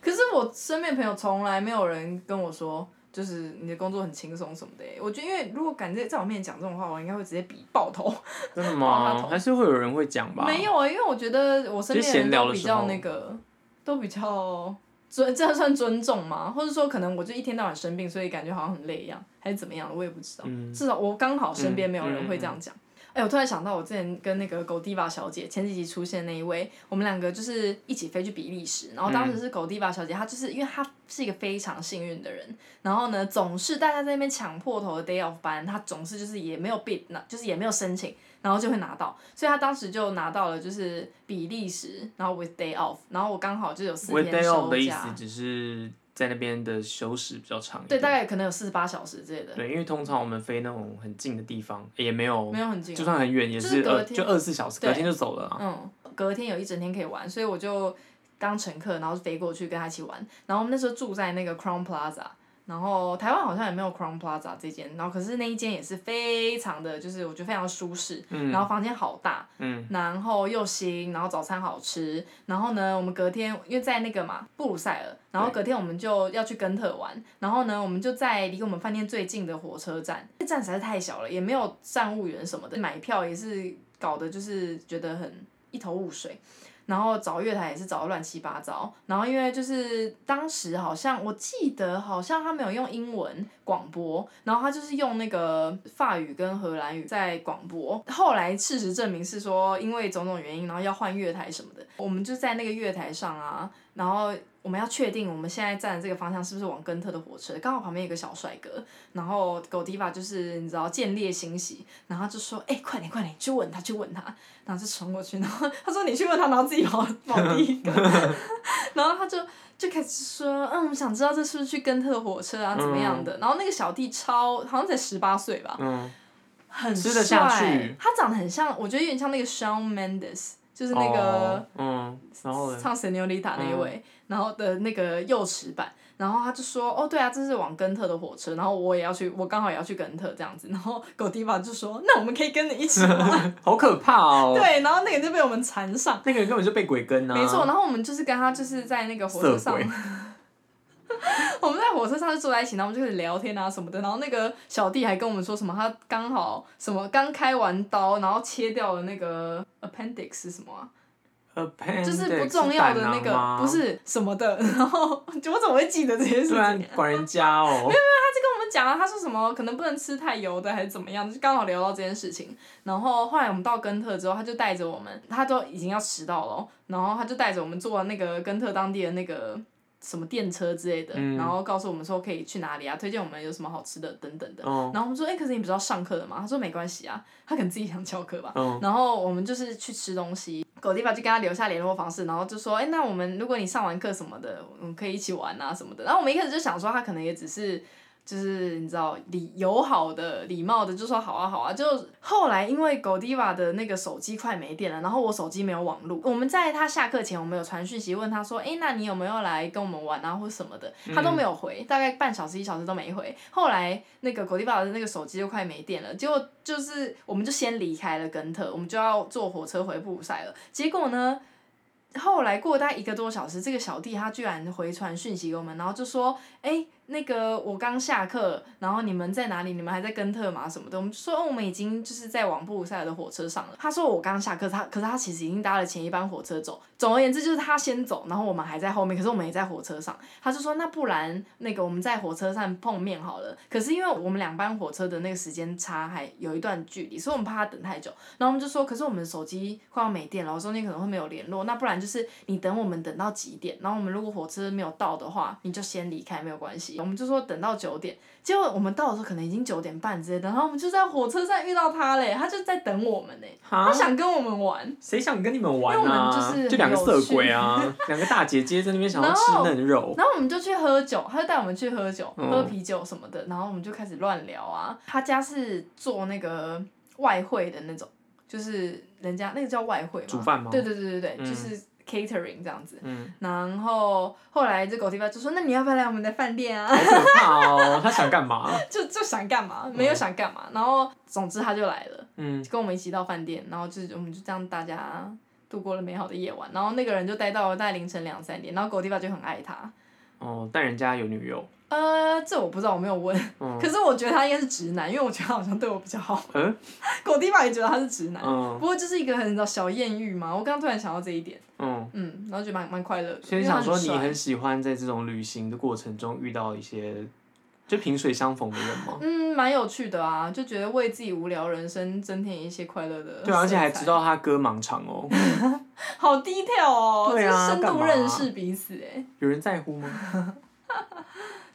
[SPEAKER 1] 可是我身边朋友从来没有人跟我说，就是你的工作很轻松什么的、欸。我觉得，因为如果敢在在我面前讲这种话，我应该会直接比爆头。
[SPEAKER 2] 真的
[SPEAKER 1] 爆他 头
[SPEAKER 2] 吗？还是会有人会讲吧？
[SPEAKER 1] 没有啊、因为我觉得我身边
[SPEAKER 2] 就
[SPEAKER 1] 的
[SPEAKER 2] 闲
[SPEAKER 1] 人
[SPEAKER 2] 聊
[SPEAKER 1] 都
[SPEAKER 2] 的
[SPEAKER 1] 比
[SPEAKER 2] 时
[SPEAKER 1] 较
[SPEAKER 2] 候
[SPEAKER 1] 那个，都比较尊，这样算尊重吗？或者说，可能我就一天到晚生病，所以感觉好像很累一样，还是怎么样的，我也不知道。
[SPEAKER 2] 嗯，
[SPEAKER 1] 至少我刚好身边没有人
[SPEAKER 2] 嗯
[SPEAKER 1] 会这样讲。哎、我突然想到，我之前跟那个狗迪吧小姐前几集出现那一位，我们两个就是一起飞去比利时，然后
[SPEAKER 2] 嗯
[SPEAKER 1] 当时是狗迪吧小姐，她就是因为她是一个非常幸运的人，然后呢，总是大家在那边抢破头的 day off 班，她总是就是也没有 bid，那就是也没有申请，然后就会拿到，所以她当时就拿到了就是比利时，然后 with day off，然后我刚好就有四
[SPEAKER 2] 我
[SPEAKER 1] 天
[SPEAKER 2] day off
[SPEAKER 1] 休
[SPEAKER 2] 的意思
[SPEAKER 1] 假，
[SPEAKER 2] 只是在那边的休时比较长一
[SPEAKER 1] 对，
[SPEAKER 2] 点。
[SPEAKER 1] 大概可能有四十八小时之类的，
[SPEAKER 2] 对，因为通常我们飞那种很近的地方也没有，
[SPEAKER 1] 没有很近啊
[SPEAKER 2] 就算很远也
[SPEAKER 1] 就是
[SPEAKER 2] 是
[SPEAKER 1] 隔
[SPEAKER 2] 二
[SPEAKER 1] 天
[SPEAKER 2] 就二十四小时，
[SPEAKER 1] 对
[SPEAKER 2] 隔天就走了啊。
[SPEAKER 1] 嗯，隔天有一整天可以玩，所以我就当乘客，然后飞过去跟他一起玩。然后我们那时候住在那个 Crown Plaza，然后台湾好像也没有 Crown Plaza 这间，然后可是那一间也是非常的，就是我觉得非常舒适，然后房间好大，
[SPEAKER 2] 嗯
[SPEAKER 1] 然后又新，然后早餐好吃，然后呢，我们隔天因为在那个嘛布鲁塞尔，然后
[SPEAKER 2] 对
[SPEAKER 1] 隔天我们就要去根特玩，然后呢，我们就在离我们饭店最近的火车站，那站实在是太小了，也没有站务员什么的，买票也是搞的，就是觉得很一头雾水。然后找月台也是找的乱七八糟，然后因为就是当时好像我记得好像他没有用英文广播，然后他就是用那个法语跟荷兰语在广播。后来事实证明是说因为种种原因，然后要换月台什么的，我们就在那个月台上啊，然后我们要确定我们现在站的这个方向是不是往根特的火车，刚好旁边有个小帅哥，然后狗迪吧就是你知道见猎心喜，然后他就说哎、快点快点去问他去问他，然后就冲过去， 然后他说你去问他，然后自己跑跑第一个， 然后他就就开始说，嗯，我想知道这是不是去根特火车啊，怎么样的？然后那个小弟超好像才十八岁吧，
[SPEAKER 2] 嗯，
[SPEAKER 1] 很
[SPEAKER 2] 吃得下
[SPEAKER 1] 帅
[SPEAKER 2] 去，
[SPEAKER 1] 他长得很像，我觉得有点像那个 Shawn Mendes，就是那个。
[SPEAKER 2] 哦嗯，然后呢？ 嗯
[SPEAKER 1] 唱《Senorita》那一位，然后的那个幼齿版，然后他就说：“哦，对啊，这是往根特的火车，然后我也要去，我刚好也要去根特这样子。”然后狗迪巴就说：“那我们可以跟你一起 吗？”
[SPEAKER 2] 好可怕哦！
[SPEAKER 1] 对，然后那个就被我们缠上，
[SPEAKER 2] 那个人根本就被鬼跟啊！
[SPEAKER 1] 没错。然后我们就是跟他就是在那个火车
[SPEAKER 2] 色
[SPEAKER 1] 上
[SPEAKER 2] 鬼，
[SPEAKER 1] 我们在火车上就坐在一起，然后我们就开始聊天啊什么的。然后那个小弟还跟我们说什么，他刚好什么刚开完刀，然后切掉了那个 appendix 是什么啊？
[SPEAKER 2] Appendix，
[SPEAKER 1] 就是不重要的那
[SPEAKER 2] 胆囊
[SPEAKER 1] 个，
[SPEAKER 2] 吗
[SPEAKER 1] 不。是什么的。 然后我怎么会记得这些事
[SPEAKER 2] 突
[SPEAKER 1] 情啊？
[SPEAKER 2] 然管人家 哦，
[SPEAKER 1] 我们讲了，他说什么可能不能吃太油的，还是怎么样，就刚好聊到这件事情。然后后来我们到根特之后，他就带着我们，他都已经要迟到了哦，然后他就带着我们坐那个根特当地的那个什么电车之类的，
[SPEAKER 2] 嗯
[SPEAKER 1] 然后告诉我们说可以去哪里啊，推荐我们有什么好吃的等等的。
[SPEAKER 2] 哦
[SPEAKER 1] 然后我们说，哎、可是你不是要上课的吗？他说没关系啊，他可能自己想翘课吧。
[SPEAKER 2] 嗯
[SPEAKER 1] 然后我们就是去吃东西，狗地吧就跟他留下联络方式，然后就说，哎、那我们如果你上完课什么的，我们可以一起玩啊什么的。然后我们一开始就想说，他可能也只是。就是你知道礼友好的、礼貌的，就说好啊好啊。就后来因为狗迪 a 的那个手机快没电了，然后我手机没有网络，我们在他下课前，我们有传讯息问他说，哎、那你有没有来跟我们玩啊，或什么的，他都没有回，大概半小时一小时都没回。后来那个狗迪 a 的那个手机就快没电了，结果就是我们就先离开了根特，我们就要坐火车回布鲁塞尔。结果呢，后来过大概一个多小时，这个小弟他居然回传讯息给我们，然后就说：“哎、那个我刚下课，然后你们在哪里？你们还在根特吗？什么的？”我们就说：“哦，我们已经就是在往布鲁塞尔的火车上了。”他说：“我刚下课，他可是他其实已经搭了前一班火车走。总而言之，就是他先走，然后我们还在后面，可是我们也在火车上。他就说：“那不然那个我们在火车站碰面好了。”可是因为我们两班火车的那个时间差还有一段距离，所以我们怕他等太久。然后我们就说，可是我们手机快要没电了，中间可能会没有联络，那不然就是你等我们等到几点？然后我们如果火车没有到的话，你就先离开，没有关系。我们就说等到九点，结果我们到的时候可能已经九点半之类的，然后我们就在火车站遇到他嘞，他就在等我们嘞，
[SPEAKER 2] 哈
[SPEAKER 1] 他，想跟我们玩。
[SPEAKER 2] 谁想跟你们玩
[SPEAKER 1] 因为我
[SPEAKER 2] 啊？
[SPEAKER 1] 们就是很
[SPEAKER 2] 两个色鬼 啊，两个大姐姐在那边想要吃嫩肉，
[SPEAKER 1] 然后我们就去喝酒，他就带我们去喝酒，
[SPEAKER 2] 嗯
[SPEAKER 1] 喝啤酒什么的，然后我们就开始乱聊啊。他家是做那个外汇的那种，就是人家那个叫外汇嘛，
[SPEAKER 2] 煮饭吗
[SPEAKER 1] 对对对对对，
[SPEAKER 2] 嗯
[SPEAKER 1] 就是 catering 这样子。
[SPEAKER 2] 嗯，
[SPEAKER 1] 然后后来这狗提巴就说：“那你要不要来我们的饭店啊
[SPEAKER 2] 好可怕哦！他想干嘛？？”
[SPEAKER 1] 就就想干嘛，没有想干嘛。然后总之他就来了，
[SPEAKER 2] 嗯，
[SPEAKER 1] 跟我们一起到饭店，然后就是我们就这样大家度过了美好的夜晚。然后那个人就待到了大概凌晨两三点，然后狗提巴就很爱他。
[SPEAKER 2] 哦，但人家有女友，
[SPEAKER 1] 呃，这我不知道，我没有问。
[SPEAKER 2] 嗯
[SPEAKER 1] 可是我觉得他应该是直男，因为我觉得他好像对我比较好。
[SPEAKER 2] 嗯
[SPEAKER 1] 狗迪巴也觉得他是直男，不
[SPEAKER 2] 嗯
[SPEAKER 1] 过就是一个很小艳遇嘛。我刚刚突然想到这一点，
[SPEAKER 2] 嗯，
[SPEAKER 1] 嗯，然后觉得蛮蛮快乐的。
[SPEAKER 2] 所以
[SPEAKER 1] 因为他
[SPEAKER 2] 想说你
[SPEAKER 1] 帅
[SPEAKER 2] 很喜欢在这种旅行的过程中遇到一些就萍水相逢的人吗？
[SPEAKER 1] 嗯，蛮有趣的啊，就觉得为自己无聊人生增添一些快乐的。
[SPEAKER 2] 对啊，而且还知，道他割盲肠哦，
[SPEAKER 1] 好 detail 哦，
[SPEAKER 2] 对啊
[SPEAKER 1] 就是深
[SPEAKER 2] 干
[SPEAKER 1] 度
[SPEAKER 2] 嘛
[SPEAKER 1] 认识彼此、哎，
[SPEAKER 2] 有人在乎吗？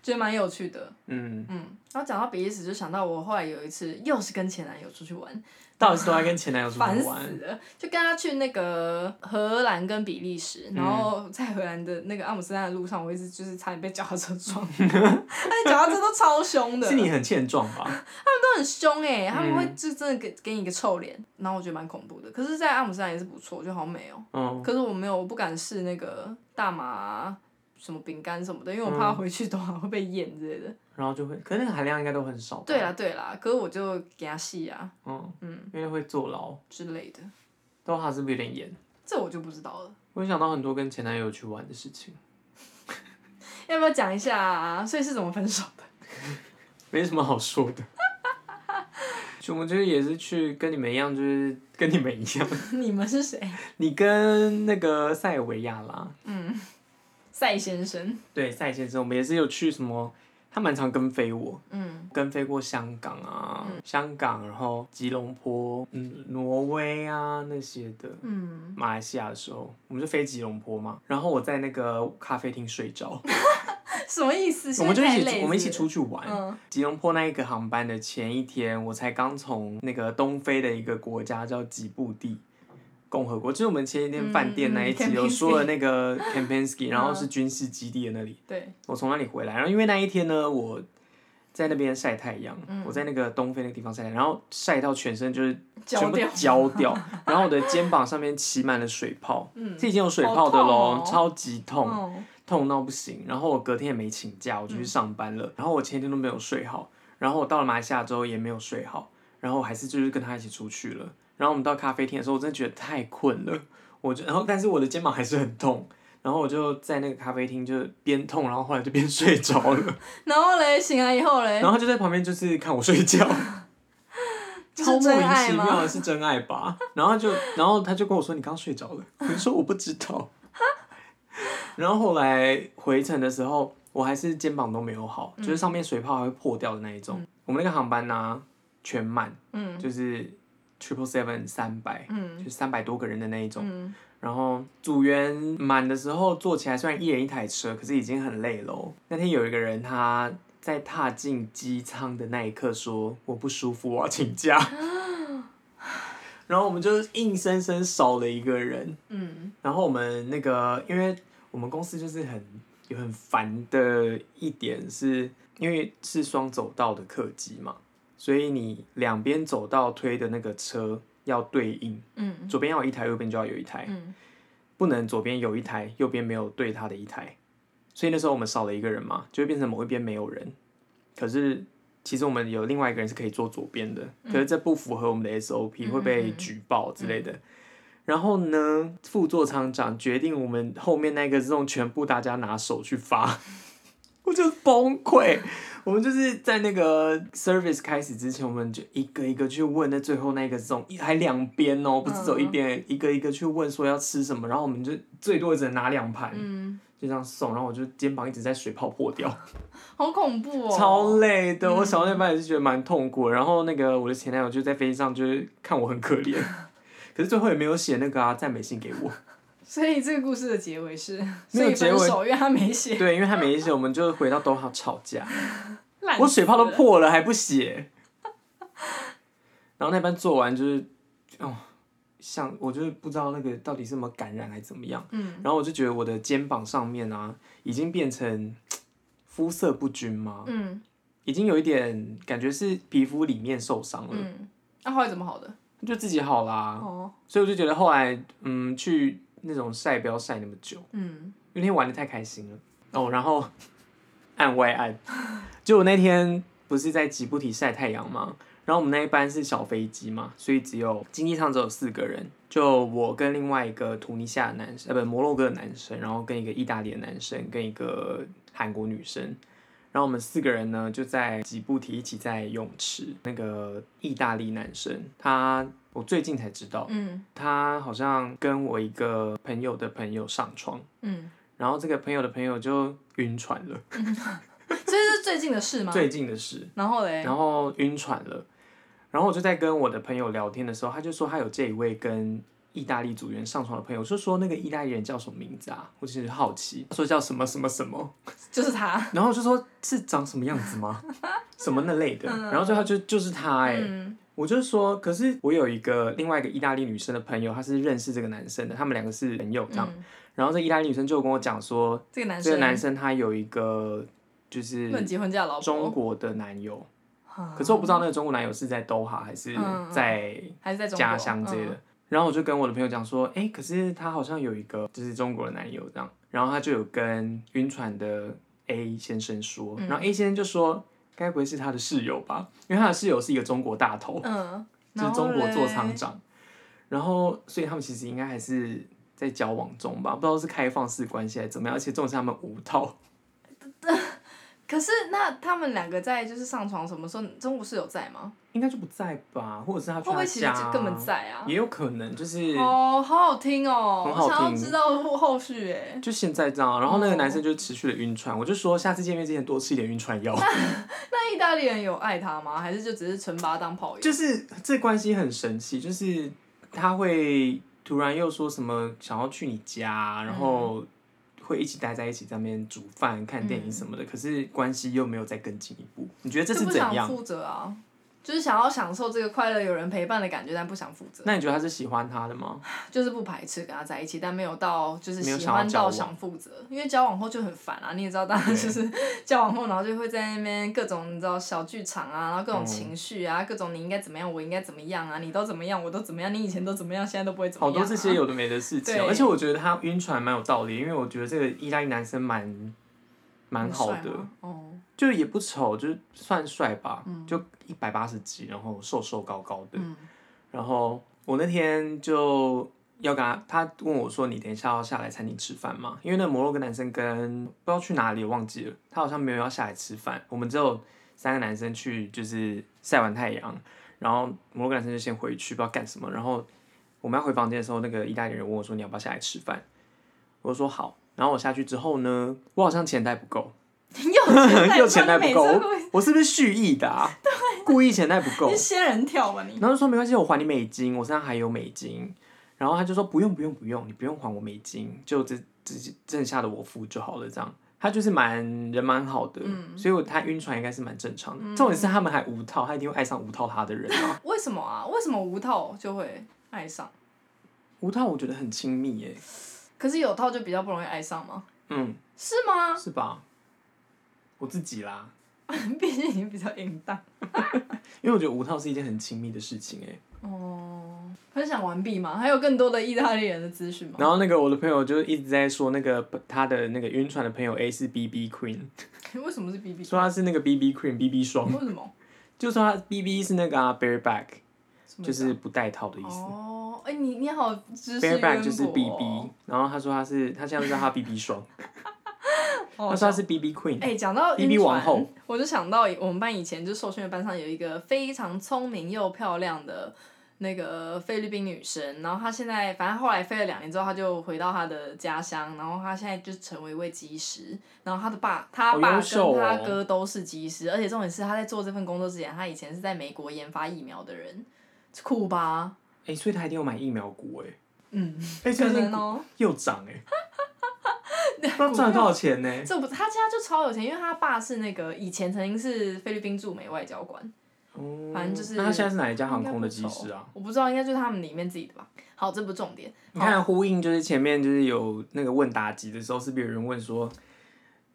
[SPEAKER 1] 觉得蛮有趣的。
[SPEAKER 2] 嗯，
[SPEAKER 1] 嗯，然后讲到比利时，就想到我后来有一次又是跟前男友出去玩，
[SPEAKER 2] 到底是都在跟前男友 出
[SPEAKER 1] 烦
[SPEAKER 2] 去
[SPEAKER 1] 死
[SPEAKER 2] 玩？
[SPEAKER 1] 了，就跟他去那个荷兰跟比利
[SPEAKER 2] 嗯
[SPEAKER 1] 时，然后在荷兰的那个阿姆斯特丹的路上，我一直就是差点被脚踏车撞， 而且脚踏车都超凶的，
[SPEAKER 2] 是你很欠撞吧？
[SPEAKER 1] 都很凶哎、他们
[SPEAKER 2] 嗯
[SPEAKER 1] 会就真的给给你一个臭脸，然后我觉得蛮恐怖的。可是，在阿姆斯特丹也是不错，就好美哦、
[SPEAKER 2] 嗯，
[SPEAKER 1] 可是我没有，我不敢试那个大麻啊、什么饼干什么的，因为我
[SPEAKER 2] 嗯
[SPEAKER 1] 怕回去的话会被验之类的。
[SPEAKER 2] 然后就会，可是那个含量应该都很少。
[SPEAKER 1] 对，啦对啦，可是我就给他戏啊
[SPEAKER 2] 嗯
[SPEAKER 1] 嗯
[SPEAKER 2] 啊嗯，因为会坐牢，
[SPEAKER 1] 之类的，
[SPEAKER 2] 都还是不是有点严。
[SPEAKER 1] 这我就不知道了。
[SPEAKER 2] 我想到很多跟前男友去玩的事情，
[SPEAKER 1] 要不要讲一下、啊？所以是怎么分手的？
[SPEAKER 2] 没什么好说的。 就我们就是也是去跟你们一样，就是跟你们一样，
[SPEAKER 1] 你们是谁？
[SPEAKER 2] 你跟那个塞尔维亚啦，
[SPEAKER 1] 赛先生。
[SPEAKER 2] 对赛先生，我们也是有去什么，他蛮常跟飞我，
[SPEAKER 1] 嗯，
[SPEAKER 2] 跟飞过香港啊，香港，然后吉隆坡，嗯，挪威啊那些的，
[SPEAKER 1] 嗯，
[SPEAKER 2] 马来西亚的时候，我们就飞吉隆坡嘛，然后我在那个咖啡厅睡着，
[SPEAKER 1] 什么意思？
[SPEAKER 2] 我们就一
[SPEAKER 1] 现在太累
[SPEAKER 2] 起
[SPEAKER 1] 是
[SPEAKER 2] 我们一起
[SPEAKER 1] 不是
[SPEAKER 2] 出去玩。
[SPEAKER 1] 嗯
[SPEAKER 2] 吉隆坡那一个航班的前一天，我才刚从那个东非的一个国家叫吉布地共和国，就是我们前一天饭店那一
[SPEAKER 1] 嗯嗯
[SPEAKER 2] 集
[SPEAKER 1] Kempinski
[SPEAKER 2] 有说了那个 Kempinski，然后是军事基地的那里，
[SPEAKER 1] 对，
[SPEAKER 2] 我从那里回来，然后因为那一天呢，我在那边晒太阳，
[SPEAKER 1] 嗯
[SPEAKER 2] 我在那个东非那个地方晒太阳，然后晒到全身就是
[SPEAKER 1] 焦
[SPEAKER 2] 全部
[SPEAKER 1] 掉。
[SPEAKER 2] 焦掉，然后我的肩膀上面起满了水泡，
[SPEAKER 1] 嗯
[SPEAKER 2] 是已经有水泡的
[SPEAKER 1] 好
[SPEAKER 2] 喽，
[SPEAKER 1] 痛哦
[SPEAKER 2] 超级痛。
[SPEAKER 1] 嗯
[SPEAKER 2] 痛到不行，然后我隔天也没请假，我就去上班了，然后我前一天都没有睡好，然后我到了马来西亚之后也没有睡好，然后我还是就是跟他一起出去了，然后我们到咖啡厅的时候，我真的觉得太困了，我就然后但是我的肩膀还是很痛。然后我就在那个咖啡厅，就边痛，然后后来就边 睡着了。
[SPEAKER 1] 然后嘞，醒来以后嘞，
[SPEAKER 2] 然后就在旁边就是看我睡觉，
[SPEAKER 1] 这
[SPEAKER 2] 超
[SPEAKER 1] 是
[SPEAKER 2] 莫
[SPEAKER 1] 真
[SPEAKER 2] 名
[SPEAKER 1] 爱
[SPEAKER 2] 其妙
[SPEAKER 1] 吗
[SPEAKER 2] 的？是真爱吧？然后就然后他就跟我说你刚睡着了，我就说我不知道。然后后来回程的时候，我还是肩膀都没有好，就是上面水泡还会破掉的那一种。我们那个航班呢、全满，
[SPEAKER 1] 嗯
[SPEAKER 2] 就是 triple seven 三百，
[SPEAKER 1] 嗯
[SPEAKER 2] 就三百多个人的那一种。
[SPEAKER 1] 嗯，
[SPEAKER 2] 然后组员满的时候坐起来，虽然一人一台车，可是已经很累了哦。那天有一个人他在踏进机舱的那一刻说：“我不舒服，我要请假。” 然后我们就硬生生少了一个人。
[SPEAKER 1] 嗯
[SPEAKER 2] 然后我们那个，因为我们公司就是很有很烦的一点是，因为是双走道的客机嘛，所以你两边走道推的那个车要对应，
[SPEAKER 1] 嗯
[SPEAKER 2] 左边要有一台，右边就要有一台。
[SPEAKER 1] 嗯
[SPEAKER 2] 不能左边有一台，右边没有对他的一台，所以那时候我们少了一个人嘛，就会变成某一边没有人。可是其实我们有另外一个人是可以坐左边的，可是这不符合我们的 SOP，
[SPEAKER 1] 嗯
[SPEAKER 2] 会被举报之类的。然后呢，副座舱长决定我们后面那个自动全部大家拿手去发， 我就崩溃。我们就是在那个 service 开始之前，我们就一个一个去问那最后那个这种还两边哦，不是走一边，一个一个去问说要吃什么，然后我们就最多只能拿两盘，
[SPEAKER 1] 嗯，
[SPEAKER 2] 就这样送，然后我就肩膀一直在水泡破掉，
[SPEAKER 1] 好恐怖哦！
[SPEAKER 2] 超累的。我小到那班也是觉得蛮痛苦的，然后那个我的前男友就在飞机上就是看我很可怜，可是最后也没有写那个啊赞美信给我，
[SPEAKER 1] 所以这个故事的结尾是，
[SPEAKER 2] 没
[SPEAKER 1] 所
[SPEAKER 2] 有
[SPEAKER 1] 以分手，因为他没写，
[SPEAKER 2] 对，因为他没写，我们就回到都好吵架。
[SPEAKER 1] 烂死
[SPEAKER 2] 我水泡都
[SPEAKER 1] 了，
[SPEAKER 2] 破了还不写，然后那班做完就是，哦，像我就是不知道那个到底是什么感染还是怎么样，
[SPEAKER 1] 嗯
[SPEAKER 2] 然后我就觉得我的肩膀上面啊已经变成肤色不均嘛，
[SPEAKER 1] 嗯
[SPEAKER 2] 已经有一点感觉是皮肤里面受伤了，
[SPEAKER 1] 嗯，那后来怎么好的？
[SPEAKER 2] 就自己好啦，
[SPEAKER 1] 哦，
[SPEAKER 2] 所以我就觉得后来嗯去那种晒不要晒那么久。
[SPEAKER 1] 嗯
[SPEAKER 2] 那天玩的太开心了哦，然后按外按，就我那天不是在吉布提晒太阳嘛，然后我们那一班是小飞机嘛，所以只有经济舱只有四个人，就我跟另外一个图尼西亚的男生，呃不摩洛哥的男生，然后跟一个意大利的男生，跟一个韩国女生。然后我们四个人呢，就在吉布提一起在泳池。那个意大利男生，他我最近才知道，
[SPEAKER 1] 嗯
[SPEAKER 2] 他好像跟我一个朋友的朋友上床，
[SPEAKER 1] 嗯，
[SPEAKER 2] 然后这个朋友的朋友就晕船了，
[SPEAKER 1] 所以这是最近的事吗？
[SPEAKER 2] 最近的事，
[SPEAKER 1] 然后嘞，
[SPEAKER 2] 然后晕船了，然后我就在跟我的朋友聊天的时候，他就说他有这一位跟意大利组员上床的朋友，我就说那个意大利人叫什么名字啊？我只是好奇，他说叫什么什么什么，
[SPEAKER 1] 就是他，
[SPEAKER 2] 然后我就说是长什么样子吗？ 什么那类的，然后最后就就是他哎、
[SPEAKER 1] 嗯
[SPEAKER 2] 我就说，可是我有一个另外一个意大利女生的朋友，她是认识这个男生的，他们两个是朋友这样。
[SPEAKER 1] 嗯，
[SPEAKER 2] 然后这意大利女生就跟我讲说，
[SPEAKER 1] 这个男
[SPEAKER 2] 这
[SPEAKER 1] 生
[SPEAKER 2] 个男生他有一个就是
[SPEAKER 1] 论结婚嫁老
[SPEAKER 2] 中
[SPEAKER 1] 婆，
[SPEAKER 2] 国的男友，
[SPEAKER 1] 啊
[SPEAKER 2] 可是我不知道那个中国男友是在都哈还是
[SPEAKER 1] 嗯
[SPEAKER 2] 在
[SPEAKER 1] 还是在中国嗯
[SPEAKER 2] 家乡之类的。，然后我就跟我的朋友讲说，哎、可是他好像有一个就是中国的男友这样，然后他就有跟晕船的 A 先生说，
[SPEAKER 1] 嗯
[SPEAKER 2] 然后 A 先生就说，该不会是他的室友吧？因为他的室友是一个中国大头，
[SPEAKER 1] 嗯，
[SPEAKER 2] 就
[SPEAKER 1] 然
[SPEAKER 2] 是
[SPEAKER 1] 后
[SPEAKER 2] 中国
[SPEAKER 1] 嘞
[SPEAKER 2] 做厂，长，然后所以他们其实应该还是在交往中吧，不知道是开放式关系还是怎么样，而且重点是他们无套。
[SPEAKER 1] 可是那他们两个在就是上床什么时候？中国室友在吗？
[SPEAKER 2] 应该就不在吧，或者是他
[SPEAKER 1] 会
[SPEAKER 2] 去
[SPEAKER 1] 不
[SPEAKER 2] 他
[SPEAKER 1] 会其实
[SPEAKER 2] 家啊，
[SPEAKER 1] 根本在啊？
[SPEAKER 2] 也有可能就是、
[SPEAKER 1] 哦，好好听哦，
[SPEAKER 2] 很好
[SPEAKER 1] 我想要
[SPEAKER 2] 听
[SPEAKER 1] 知道后后续哎，
[SPEAKER 2] 就现在这样啊。然后那个
[SPEAKER 1] 哦
[SPEAKER 2] 男生就持续的晕船，我就说下次见面之前多吃一点晕船药。
[SPEAKER 1] 那意大利人有爱他吗？还是就只是纯把他当炮友？
[SPEAKER 2] 就是这关系很神奇，就是他会突然又说什么想要去你家，
[SPEAKER 1] 嗯
[SPEAKER 2] 然后会一起待在一起，在那边煮饭、看电影什么的。可是关系又没有再更进一步，你觉得这
[SPEAKER 1] 嗯
[SPEAKER 2] 是
[SPEAKER 1] 就不
[SPEAKER 2] 怎
[SPEAKER 1] 想
[SPEAKER 2] 样？
[SPEAKER 1] 负责啊？就是想要享受这个快乐有人陪伴的感觉，但不想负责，
[SPEAKER 2] 那你觉得他是喜欢他的吗？
[SPEAKER 1] 就是不排斥跟他在一起，但没有到就是
[SPEAKER 2] 没有
[SPEAKER 1] 喜
[SPEAKER 2] 想要
[SPEAKER 1] 欢
[SPEAKER 2] 交
[SPEAKER 1] 到
[SPEAKER 2] 往
[SPEAKER 1] 想负责，因为交往后就很烦啊，你也知道，大家就是 交往后，然后就会在那边各种你知道小剧场啊，然后各
[SPEAKER 2] 嗯
[SPEAKER 1] 种情绪啊，各种你应该怎么样，我应该怎么样啊，你都怎么样，我都怎么样，你以前都怎么样，现在都不会怎么
[SPEAKER 2] 好
[SPEAKER 1] 样、啊。
[SPEAKER 2] 多这些有的没的事情哦，
[SPEAKER 1] 对
[SPEAKER 2] 而且我觉得他晕船蛮有道理，因为我觉得这个意大利男生蛮蛮
[SPEAKER 1] 很
[SPEAKER 2] 好
[SPEAKER 1] 帅
[SPEAKER 2] 的，
[SPEAKER 1] 吗哦，
[SPEAKER 2] 就是也不丑，就是算帅吧，就一百八十几，然后瘦瘦高高的。
[SPEAKER 1] 嗯
[SPEAKER 2] 然后我那天就要跟他，他问我说：“你等一下要下来餐厅吃饭吗？”因为那摩洛哥男生跟不知道去哪里忘记了，他好像没有要下来吃饭。我们只有三个男生去，就是晒完太阳，然后摩洛哥男生就先回去，不知道干什么。然后我们要回房间的时候，那个意大利人问我说：“你要不要下来吃饭？”我说：“好。”然后我下去之后呢，我好像钱袋不够， 又
[SPEAKER 1] 又
[SPEAKER 2] 钱袋不够，
[SPEAKER 1] 你每次
[SPEAKER 2] 我 我是不是蓄意的、啊？故意钱袋不够
[SPEAKER 1] 都会，是仙人跳吧你？
[SPEAKER 2] 然后就说没关系，我还你美金，我身上还有美金。然后他就说不用不用不用，你不用还我美金，就这这剩下的我付就好了。这样，他就是蛮人蛮好的，所以我他晕船应该是蛮正常的。重点是他们还无套，他一定会爱上无套他的人啊。
[SPEAKER 1] 为什么啊？为什么无套就会爱上？
[SPEAKER 2] 无套我觉得很亲密耶，
[SPEAKER 1] 可是有套就比较不容易爱上吗？
[SPEAKER 2] 嗯，
[SPEAKER 1] 是吗？
[SPEAKER 2] 是吧？我自己啦，
[SPEAKER 1] 毕竟你比较淫荡。
[SPEAKER 2] 因为我觉得无套是一件很亲密的事情哎。
[SPEAKER 1] 哦，分享完毕吗？还有更多的意大利人的资讯吗？
[SPEAKER 2] 然后那个我的朋友就一直在说那个他的那个晕船的朋友 A 是 B B Queen，
[SPEAKER 1] 为什么是 B B？
[SPEAKER 2] 说他是那个 B B Queen B B 霜。
[SPEAKER 1] 为什么？
[SPEAKER 2] 就说他 B B 是那个啊，bareback，
[SPEAKER 1] 什么
[SPEAKER 2] 就
[SPEAKER 1] 意思啊
[SPEAKER 2] 是不带套的意思。
[SPEAKER 1] 哦，哎、你你好知识渊博、
[SPEAKER 2] bareback
[SPEAKER 1] 哦。
[SPEAKER 2] 就是 B B，然后他说他是，他现在叫他 B B 霜，
[SPEAKER 1] 哦
[SPEAKER 2] 他说他是 B B queen，
[SPEAKER 1] 哎、讲到
[SPEAKER 2] BB
[SPEAKER 1] 晕船
[SPEAKER 2] 王后，
[SPEAKER 1] 我就想到我们班以前就受训的班上有一个非常聪明又漂亮的那个菲律宾女生，然后她现在反正后来飞了两年之后，她就回到她的家乡，然后她现在就成为一位技师，然后她的爸，她
[SPEAKER 2] 好
[SPEAKER 1] 爸
[SPEAKER 2] 优秀
[SPEAKER 1] 跟她
[SPEAKER 2] 哦
[SPEAKER 1] 哥都是技师，而且重点是她在做这份工作之前，她以前是在美国研发疫苗的人，酷吧？
[SPEAKER 2] 哎，所以他一定有买疫苗股哎，
[SPEAKER 1] 嗯，
[SPEAKER 2] 哎，
[SPEAKER 1] 可
[SPEAKER 2] 最近
[SPEAKER 1] 能哦、
[SPEAKER 2] 又 涨哎，不知道赚了多少钱呢？
[SPEAKER 1] 这不，她家就超有钱，因为她爸是那个以前曾经是菲律宾驻美外交官。
[SPEAKER 2] 哦
[SPEAKER 1] 反正就是
[SPEAKER 2] 那他现在是哪一家航空的机
[SPEAKER 1] 应
[SPEAKER 2] 师
[SPEAKER 1] 该
[SPEAKER 2] 啊？
[SPEAKER 1] 不熟？我不知道，应该就是他们里面自己的吧。好，这不重点。
[SPEAKER 2] 你看呼应就是前面就是有那个问答集的时候，是不是有人问说？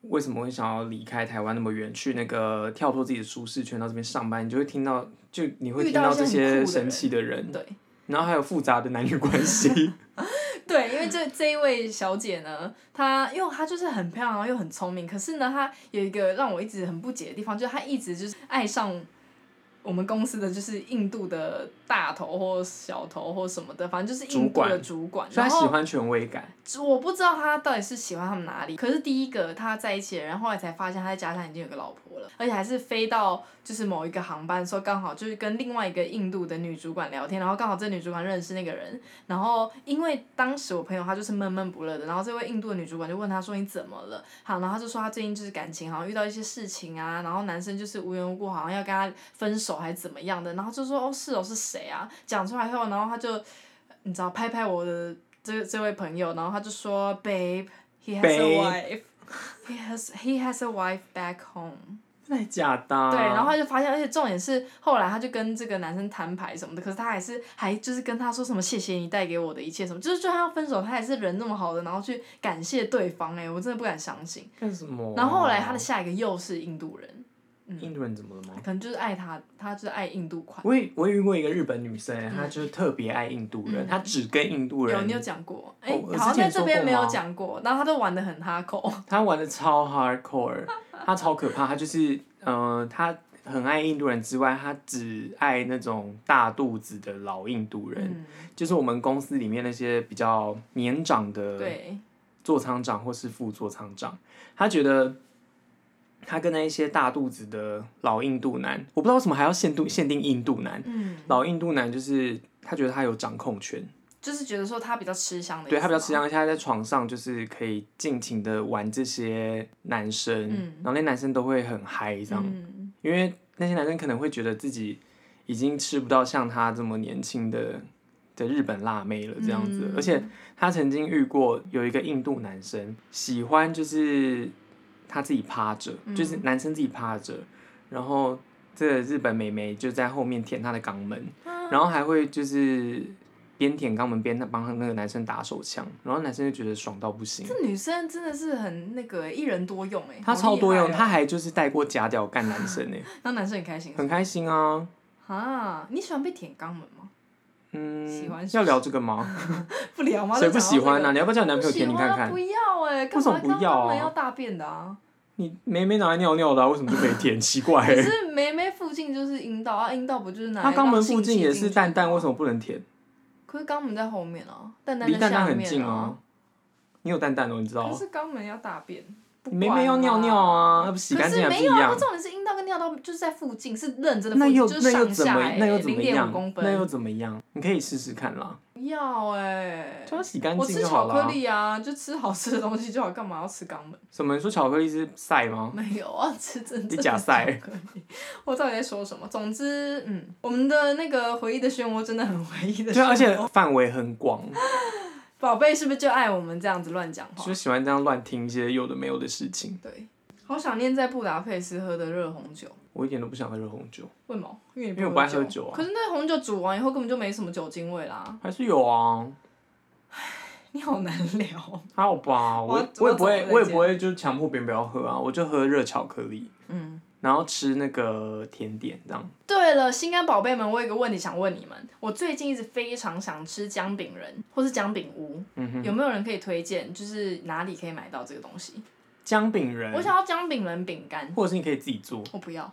[SPEAKER 2] 为什么会想要离开台湾那么远，去那个跳脱自己的舒适圈到这边上班？你就会听到，就你会
[SPEAKER 1] 遇
[SPEAKER 2] 听
[SPEAKER 1] 到一
[SPEAKER 2] 这
[SPEAKER 1] 些很
[SPEAKER 2] 些
[SPEAKER 1] 酷的
[SPEAKER 2] 神
[SPEAKER 1] 人
[SPEAKER 2] 奇的人，
[SPEAKER 1] 对
[SPEAKER 2] 然后还有复杂的男女关系，
[SPEAKER 1] 对，因为这这一位小姐呢，她因为她就是很漂亮，然后又很聪明，可是呢，她有一个让我一直很不解的地方，就是她一直就是爱上。我们公司的就是印度的大头或小头或什么的，反正就是印度的主管。
[SPEAKER 2] 所以他
[SPEAKER 1] 然
[SPEAKER 2] 喜
[SPEAKER 1] 后
[SPEAKER 2] 欢权威感。
[SPEAKER 1] 我不知道他到底是喜欢他们哪里。可是第一个他在一起的人，后来才发现他在家乡已经有个老婆了，而且还是飞到就是某一个航班，说刚好就是跟另外一个印度的女主管聊天，然后刚好这女主管认识那个人，然后因为当时我朋友她就是闷闷不乐的，然后这位印度的女主管就问她说你怎么了？好，然后她就说她最近就是感情好像遇到一些事情啊，然后男生就是无缘无故好像要跟她分手还是怎么样的，然后就说哦是哦是谁啊？讲出来后，然后她就你知道拍拍我的这这位朋友，然后她就说 babe he has a
[SPEAKER 2] Babe
[SPEAKER 1] wife he has he has a wife back home。
[SPEAKER 2] 真的假的啊？
[SPEAKER 1] 对，然后他就发现，而且重点是后来他就跟这个男生摊牌什么的，可是他还是还就是跟他说什么谢谢你带给我的一切什么，就是就算要分手，他还是人那么好的，然后去感谢对方、哎，我真的不敢相信。
[SPEAKER 2] 干什么？啊
[SPEAKER 1] 然后后来他的下一个又是印度人，
[SPEAKER 2] 印度人怎么了吗？
[SPEAKER 1] 可能就是爱他，他就是爱印度款。
[SPEAKER 2] 我也我也遇过一个日本女生，她就是特别爱印度人，她只跟印度
[SPEAKER 1] 嗯有你有
[SPEAKER 2] 人，
[SPEAKER 1] 讲过，哎、
[SPEAKER 2] 哦我我
[SPEAKER 1] 好像
[SPEAKER 2] 之前
[SPEAKER 1] 在
[SPEAKER 2] 有
[SPEAKER 1] 这边
[SPEAKER 2] 说过
[SPEAKER 1] 没
[SPEAKER 2] 吗
[SPEAKER 1] 有讲过，然后他都玩的很哈口，
[SPEAKER 2] 她玩的超 hardcore，她 超可怕，她就是呃，她很爱印度人之外，她只爱那种大肚子的老印度人，
[SPEAKER 1] 嗯，
[SPEAKER 2] 就是我们公司里面那些比较年长的
[SPEAKER 1] 对，
[SPEAKER 2] 座舱长或是副座舱长，他觉得他跟那一些大肚子的老印度男，我不知道为什么还要限度限定印度男，
[SPEAKER 1] 嗯，
[SPEAKER 2] 老印度男就是他觉得他有掌控权，
[SPEAKER 1] 就是觉得说他比较吃香的，
[SPEAKER 2] 对他比较吃，香，而且他在床上就是可以尽情的玩这些男生，
[SPEAKER 1] 嗯
[SPEAKER 2] 然后那些男生都会很嗨这样，
[SPEAKER 1] 嗯，
[SPEAKER 2] 因为那些男生可能会觉得自己已经吃不到像他这么年轻的的日本辣妹了这样子，
[SPEAKER 1] 嗯
[SPEAKER 2] 而且他曾经遇过有一个印度男生喜欢就是他自己趴着，
[SPEAKER 1] 嗯
[SPEAKER 2] 就是男生自己趴着，然后这个日本美眉就在后面舔他的肛门，
[SPEAKER 1] 啊
[SPEAKER 2] 然后还会就是边舔肛门边帮那个男生打手枪，然后男生就觉得爽到不行。
[SPEAKER 1] 这女生真的是很那个一人多用哎、欸，
[SPEAKER 2] 他
[SPEAKER 1] 好
[SPEAKER 2] 超
[SPEAKER 1] 厉
[SPEAKER 2] 多
[SPEAKER 1] 害
[SPEAKER 2] 用，
[SPEAKER 1] 哦
[SPEAKER 2] 他还就是带过假屌干男 生呢、
[SPEAKER 1] 让男生很开心
[SPEAKER 2] 很开心啊。
[SPEAKER 1] 啊！你喜欢被舔肛门吗？喜
[SPEAKER 2] 嗯
[SPEAKER 1] 欢，是
[SPEAKER 2] 要
[SPEAKER 1] 不
[SPEAKER 2] 聊这个吗？
[SPEAKER 1] 不聊吗？
[SPEAKER 2] 谁
[SPEAKER 1] 都
[SPEAKER 2] 不
[SPEAKER 1] 讲到
[SPEAKER 2] 喜
[SPEAKER 1] 这
[SPEAKER 2] 欢
[SPEAKER 1] 个
[SPEAKER 2] 呢、你要不要叫你男
[SPEAKER 1] 不
[SPEAKER 2] 朋友
[SPEAKER 1] 喜
[SPEAKER 2] 舔你
[SPEAKER 1] 欢
[SPEAKER 2] 看
[SPEAKER 1] 啊
[SPEAKER 2] 看？
[SPEAKER 1] 不要哎、欸，干
[SPEAKER 2] 为什
[SPEAKER 1] 嘛
[SPEAKER 2] 么不
[SPEAKER 1] 肛
[SPEAKER 2] 要
[SPEAKER 1] 肛门
[SPEAKER 2] 啊
[SPEAKER 1] 要大便的 啊？
[SPEAKER 2] 你妹妹拿来尿尿的、啊，为什么就可以舔？奇怪、
[SPEAKER 1] 可
[SPEAKER 2] 欸。
[SPEAKER 1] 是梅梅附近就是阴道啊，阴道不就是拿
[SPEAKER 2] 他
[SPEAKER 1] 来
[SPEAKER 2] 肛
[SPEAKER 1] 当
[SPEAKER 2] 门
[SPEAKER 1] 性
[SPEAKER 2] 附近
[SPEAKER 1] 器
[SPEAKER 2] 也
[SPEAKER 1] 进
[SPEAKER 2] 是
[SPEAKER 1] 去
[SPEAKER 2] 蛋
[SPEAKER 1] 的
[SPEAKER 2] 蛋，
[SPEAKER 1] 吗
[SPEAKER 2] 为什么不能舔？
[SPEAKER 1] 可是肛门在后面啊，蛋蛋
[SPEAKER 2] 离
[SPEAKER 1] 在
[SPEAKER 2] 蛋蛋
[SPEAKER 1] 下
[SPEAKER 2] 很
[SPEAKER 1] 面
[SPEAKER 2] 近
[SPEAKER 1] 啊
[SPEAKER 2] 哦。你有蛋蛋哦，你知道
[SPEAKER 1] 可？是肛门要大便，不
[SPEAKER 2] 你妹
[SPEAKER 1] 管
[SPEAKER 2] 妹要尿
[SPEAKER 1] 啦
[SPEAKER 2] 尿。啊，那不洗
[SPEAKER 1] 可
[SPEAKER 2] 干净
[SPEAKER 1] 是
[SPEAKER 2] 还不是
[SPEAKER 1] 没
[SPEAKER 2] 一
[SPEAKER 1] 有啊，
[SPEAKER 2] 样
[SPEAKER 1] 重？点是阴道跟尿道就是在附近，是认真的附
[SPEAKER 2] 那
[SPEAKER 1] 近，
[SPEAKER 2] 又
[SPEAKER 1] 就
[SPEAKER 2] 那
[SPEAKER 1] 是
[SPEAKER 2] 又
[SPEAKER 1] 上
[SPEAKER 2] 怎
[SPEAKER 1] 下、
[SPEAKER 2] 么
[SPEAKER 1] 欸，
[SPEAKER 2] 那又怎
[SPEAKER 1] 零
[SPEAKER 2] 么
[SPEAKER 1] 点
[SPEAKER 2] 样
[SPEAKER 1] 五公？分，
[SPEAKER 2] 那又怎么样？你可以试试看啦，
[SPEAKER 1] 不要哎、
[SPEAKER 2] 就要洗干
[SPEAKER 1] 我
[SPEAKER 2] 净
[SPEAKER 1] 吃
[SPEAKER 2] 就好
[SPEAKER 1] 巧克
[SPEAKER 2] 啦。
[SPEAKER 1] 力啊，就吃好吃的东西就好，干嘛要吃肛门？
[SPEAKER 2] 什么？你说巧克力是晒吗？
[SPEAKER 1] 没有啊，吃真正的
[SPEAKER 2] 你假赛
[SPEAKER 1] 巧克力我到底在说什么？总之，嗯，我们的那个回忆的漩涡真的很回忆的漩
[SPEAKER 2] 对啊，
[SPEAKER 1] 涡。
[SPEAKER 2] 而且范围很广，
[SPEAKER 1] 宝贝是不是就爱我们这样子乱讲话
[SPEAKER 2] 就？喜欢这样乱听一些有的没有的事情。
[SPEAKER 1] 对，好想念在布达佩斯喝的热红酒。
[SPEAKER 2] 我一点都不想喝热红酒，
[SPEAKER 1] 为毛？因为你
[SPEAKER 2] 因为我不爱喝酒啊
[SPEAKER 1] 可是那红酒煮完以后根本就没什么酒精味啦。
[SPEAKER 2] 还是有啊，
[SPEAKER 1] 你好难聊。
[SPEAKER 2] 还好吧。
[SPEAKER 1] 我
[SPEAKER 2] 我
[SPEAKER 1] 我
[SPEAKER 2] 也不
[SPEAKER 1] 走
[SPEAKER 2] 会，
[SPEAKER 1] 了
[SPEAKER 2] 我也
[SPEAKER 1] 再见
[SPEAKER 2] 不会就强迫别人不要喝啊，我就喝热巧克力，
[SPEAKER 1] 嗯，
[SPEAKER 2] 然后吃那个甜点这样。
[SPEAKER 1] 对了，心肝宝贝们，我有个问题想问你们。我最近一直非常想吃姜饼人或是姜饼屋，
[SPEAKER 2] 嗯哼，
[SPEAKER 1] 有没有人可以推荐？就是哪里可以买到这个东西？
[SPEAKER 2] 姜饼人
[SPEAKER 1] 我，想要姜饼人饼干，
[SPEAKER 2] 或者是你可以自己做。
[SPEAKER 1] 我不要，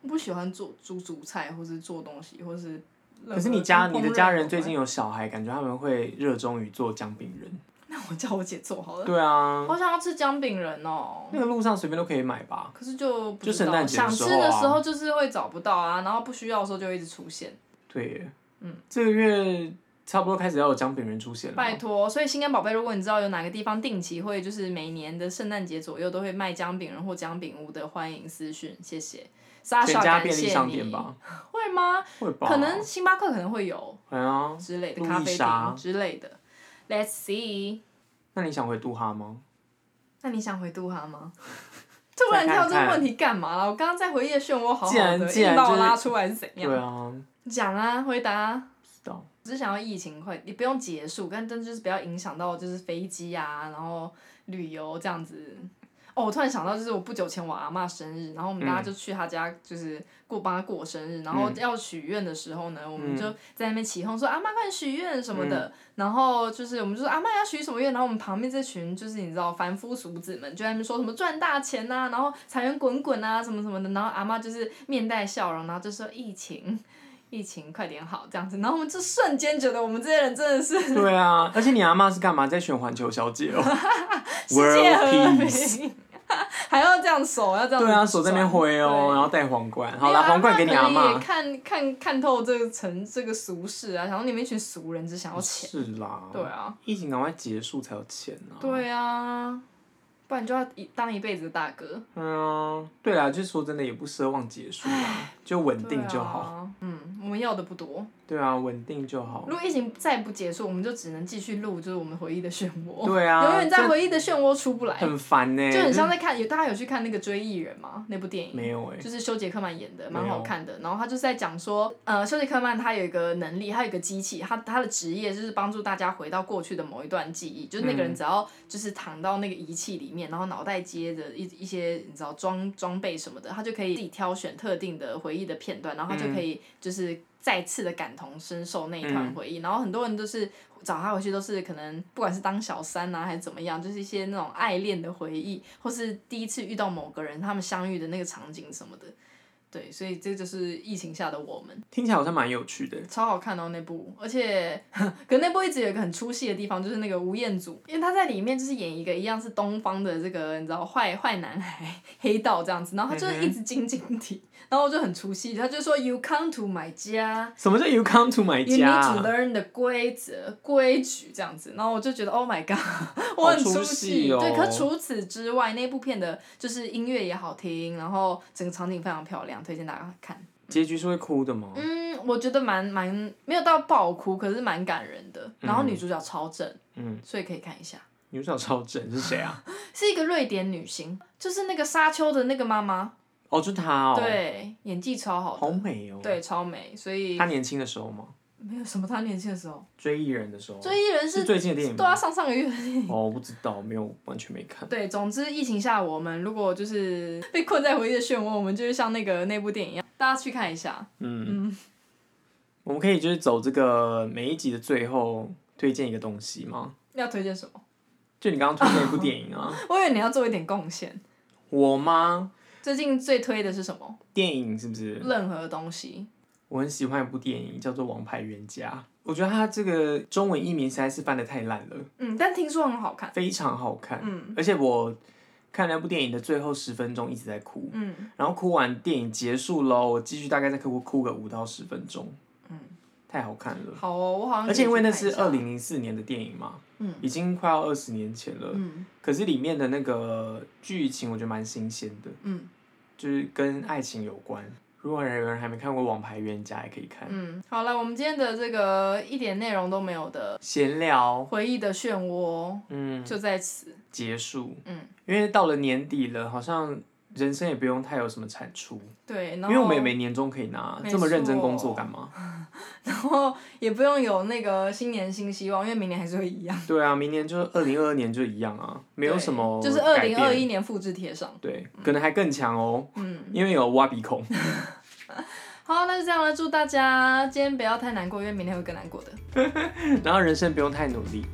[SPEAKER 1] 我不喜欢做煮煮菜，或是做东西，或是任何跟烹饪有关。
[SPEAKER 2] 可是你家你的家人最近有小孩，感觉他们会热衷于做姜饼人。
[SPEAKER 1] 那我叫我姐做好了。
[SPEAKER 2] 对啊，
[SPEAKER 1] 好想要吃姜饼人哦，
[SPEAKER 2] 那个路上随便都可以买吧。
[SPEAKER 1] 可是就不
[SPEAKER 2] 就
[SPEAKER 1] 知
[SPEAKER 2] 圣
[SPEAKER 1] 道
[SPEAKER 2] 诞节的
[SPEAKER 1] 想吃
[SPEAKER 2] 时候啊
[SPEAKER 1] 的时候就是会找不到啊，然后不需要的时候就会一直出现。
[SPEAKER 2] 对耶，
[SPEAKER 1] 嗯
[SPEAKER 2] 这个月差不多开始要有姜饼人出现了
[SPEAKER 1] 拜
[SPEAKER 2] 嘛。
[SPEAKER 1] 托，所以心肝宝贝，如果你知道有哪个地方定期会，就是每年的圣诞节左右都会卖姜饼人或姜饼屋的，欢迎私讯，谢谢。莎莎，
[SPEAKER 2] 全家
[SPEAKER 1] 感
[SPEAKER 2] 便利
[SPEAKER 1] 谢
[SPEAKER 2] 商
[SPEAKER 1] 你。
[SPEAKER 2] 店 吧，
[SPEAKER 1] 会吗？
[SPEAKER 2] 会吧？
[SPEAKER 1] 可能星巴克可能会有
[SPEAKER 2] 对啊。
[SPEAKER 1] 之类的
[SPEAKER 2] 哦路易
[SPEAKER 1] 咖啡
[SPEAKER 2] 莎
[SPEAKER 1] 厅之类的。Let's see。
[SPEAKER 2] 那你想回杜哈吗？
[SPEAKER 1] 那你想回杜哈 吗？突然跳这个问题干嘛啦？我刚刚在回忆的漩涡好好
[SPEAKER 2] 既然
[SPEAKER 1] 的，
[SPEAKER 2] 既然
[SPEAKER 1] 硬把我
[SPEAKER 2] 就是
[SPEAKER 1] 拉出来是怎
[SPEAKER 2] 对
[SPEAKER 1] 样？
[SPEAKER 2] 啊，
[SPEAKER 1] 讲啊，回答啊。
[SPEAKER 2] 不知道。
[SPEAKER 1] 只想要疫情快，你不用结束，但真的就是不要影响到就是飞机啊，然后旅游这样子。哦，我突然想到，就是我不久前我阿妈生日，然后我们大家就去她家，就是过帮她过生日，然后要许愿的时候呢，我们就在那边起哄说阿妈快点许愿什么的，然后就是我们就说阿妈要许什么愿，然后我们旁边这群就是你知道凡夫俗子们就在那边说什么赚大钱呐、然后财源滚滚啊什么什么的，然后阿妈就是面带笑容，然后就说疫情。疫情快点好这样子，然后我们就瞬间觉得我们这些人真的是
[SPEAKER 2] 对啊，而且你阿妈是干嘛在选环球小姐哦
[SPEAKER 1] 世界
[SPEAKER 2] ？World
[SPEAKER 1] 和
[SPEAKER 2] Peace。
[SPEAKER 1] 平， 还要这样手要这样子
[SPEAKER 2] 对啊，手在那边挥哦，
[SPEAKER 1] 对
[SPEAKER 2] 然后戴皇冠。
[SPEAKER 1] 没有
[SPEAKER 2] 好啦，皇冠给你阿
[SPEAKER 1] 阿嬷可能也
[SPEAKER 2] 妈。
[SPEAKER 1] 看看看透这个城这个俗世啊，想后你们一群俗人只想要钱，
[SPEAKER 2] 是啦。
[SPEAKER 1] 对啊，
[SPEAKER 2] 疫情赶快结束才有钱啊。
[SPEAKER 1] 对啊，不然你就要一当一辈子的大哥，
[SPEAKER 2] 嗯，对啦，就是说真的也不奢望结束啦，就稳
[SPEAKER 1] 对
[SPEAKER 2] 定就好。
[SPEAKER 1] 啊，嗯，我们要的不多，
[SPEAKER 2] 对啊，稳定就好
[SPEAKER 1] 如。果疫情再不结束，我们就只能继续录，就是我们回忆的漩涡，
[SPEAKER 2] 对啊，
[SPEAKER 1] 永远在
[SPEAKER 2] 这
[SPEAKER 1] 回忆的漩涡出不来，
[SPEAKER 2] 很烦呢、
[SPEAKER 1] 就很像在看有大家有去看那个《追忆人》吗？那部电影
[SPEAKER 2] 没有哎、
[SPEAKER 1] 就是修杰克曼演的，
[SPEAKER 2] 没有
[SPEAKER 1] 蛮好看的。然后他就是在讲说，呃，修杰克曼他有一个能力，他有一个机器，他他的职业就是帮助大家回到过去的某一段记忆。就是那个人只要就是躺到那个仪器里面，然后脑袋接着一一些你知道装装备什么的，他就可以自己挑选特定的回忆的片段，然后他就可以就是再次的感同身受那一段回忆。然后很多人都是。找他回去都是可能，不管是当小三啊还是怎么样，就是一些那种爱恋的回忆，或是第一次遇到某个人，他们相遇的那个场景什么的。对，所以这就是疫情下的我们，
[SPEAKER 2] 听起来好像蛮有趣的。
[SPEAKER 1] 超好看哦那部，而且 可那部一直有一个很出戏的地方，就是那个吴彦祖，因为他在里面就是演一个一样是东方的这个你知道坏坏男孩黑道这样子，然后他
[SPEAKER 2] 嗯
[SPEAKER 1] 就是一直晶晶体，然后我就很出戏，他就说 You come to my 家。
[SPEAKER 2] 什么叫 You come to my
[SPEAKER 1] You need to
[SPEAKER 2] 家？
[SPEAKER 1] learn 的规则、规矩这样子，然后我就觉得 Oh my god，我 很
[SPEAKER 2] 出
[SPEAKER 1] 出
[SPEAKER 2] 戏
[SPEAKER 1] 戏。
[SPEAKER 2] 哦
[SPEAKER 1] 对，可除此之外，那部片的就是音乐也好听，然后整个场景非常漂亮，推荐大家看。
[SPEAKER 2] 结局是会哭的吗？
[SPEAKER 1] 嗯，我觉得蛮蛮没有到爆哭，可是蛮感人的。然后女主角超正，
[SPEAKER 2] 嗯，
[SPEAKER 1] 所以可以看一下。
[SPEAKER 2] 女主角超正是谁啊？
[SPEAKER 1] 是一个瑞典女星，就是那个沙丘的那个妈妈，
[SPEAKER 2] 哦，就他哦，
[SPEAKER 1] 对，演技超好，
[SPEAKER 2] 好美哦。
[SPEAKER 1] 对，超美，所以
[SPEAKER 2] 他年轻的时候吗？
[SPEAKER 1] 没有什么他年轻的时候，
[SPEAKER 2] 追艺人的时候？
[SPEAKER 1] 追艺人
[SPEAKER 2] 是
[SPEAKER 1] 是
[SPEAKER 2] 最近的电影
[SPEAKER 1] 对
[SPEAKER 2] 哦吗？
[SPEAKER 1] 啊，上上个月。
[SPEAKER 2] 哦，我不知道，没有完全没看。
[SPEAKER 1] 对，总之疫情下，我们如果就是被困在回忆的漩涡，我们就是像那个那部电影一样，大家去看一下。
[SPEAKER 2] 嗯，我们可以就是走这个每一集的最后推荐一个东西吗？
[SPEAKER 1] 要推荐什么？
[SPEAKER 2] 就你刚刚推荐一部电 影啊，
[SPEAKER 1] 我以为你要做一点贡献。
[SPEAKER 2] 我吗？
[SPEAKER 1] 最近最推的是什么？
[SPEAKER 2] 电影是不是？
[SPEAKER 1] 任何东西。
[SPEAKER 2] 我很喜欢一部电影叫做《王牌冤家》，我觉得它这个中文译名实在是翻得太烂了，
[SPEAKER 1] 嗯，但听说很好看。
[SPEAKER 2] 非常好看。
[SPEAKER 1] 嗯
[SPEAKER 2] 而且我看那部电影的最后十分钟一直在哭，
[SPEAKER 1] 嗯，
[SPEAKER 2] 然后哭完电影结束喽，我继续大概再哭哭个五到十分钟。
[SPEAKER 1] 嗯，
[SPEAKER 2] 太好看了。
[SPEAKER 1] 好哦，我好像可
[SPEAKER 2] 而
[SPEAKER 1] 以
[SPEAKER 2] 且因为那是
[SPEAKER 1] 去看
[SPEAKER 2] 二
[SPEAKER 1] 一下
[SPEAKER 2] 零零四年的电影嘛，
[SPEAKER 1] 嗯
[SPEAKER 2] 已经快要二十年前了。
[SPEAKER 1] 嗯
[SPEAKER 2] 可是里面的那个剧情我觉得蛮新鲜的，
[SPEAKER 1] 嗯
[SPEAKER 2] 就是跟爱情有关。如果有人还没看过《王牌冤家》，也可以看。
[SPEAKER 1] 嗯，好了，我们今天的这个呃一点内容都没有的
[SPEAKER 2] 闲聊，
[SPEAKER 1] 回忆的漩涡
[SPEAKER 2] 嗯，
[SPEAKER 1] 就在此。
[SPEAKER 2] 结束。
[SPEAKER 1] 嗯，
[SPEAKER 2] 因为到了年底了，好像人生也不用太有什么产出，
[SPEAKER 1] 对，然后
[SPEAKER 2] 因为我们也没年终可以拿，
[SPEAKER 1] 没
[SPEAKER 2] 这么认真工作
[SPEAKER 1] 错
[SPEAKER 2] 干嘛？
[SPEAKER 1] 然后 也不用有那个新年新希望，因为明年还是会一样。
[SPEAKER 2] 对啊，明年就是二零二二年就一样啊，没有
[SPEAKER 1] 对
[SPEAKER 2] 什 么
[SPEAKER 1] 就是二
[SPEAKER 2] 改
[SPEAKER 1] 零
[SPEAKER 2] 变
[SPEAKER 1] 二一年复制贴上。
[SPEAKER 2] 对，可能还更强哦，
[SPEAKER 1] 嗯，
[SPEAKER 2] 因为有挖鼻孔。
[SPEAKER 1] 好，那就这样了，祝大家今天不要太难过，因为明天会更难过的。
[SPEAKER 2] 然后人生不用太努力，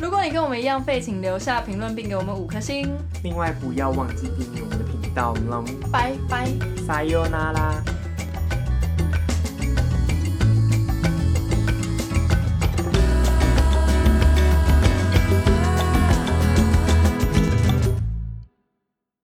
[SPEAKER 1] 如果你跟我们一样废，请留下评论并给我们五颗星，
[SPEAKER 2] 另外不要忘记订阅我们的频道，我们让
[SPEAKER 1] 拜拜。
[SPEAKER 2] 撒由那拉。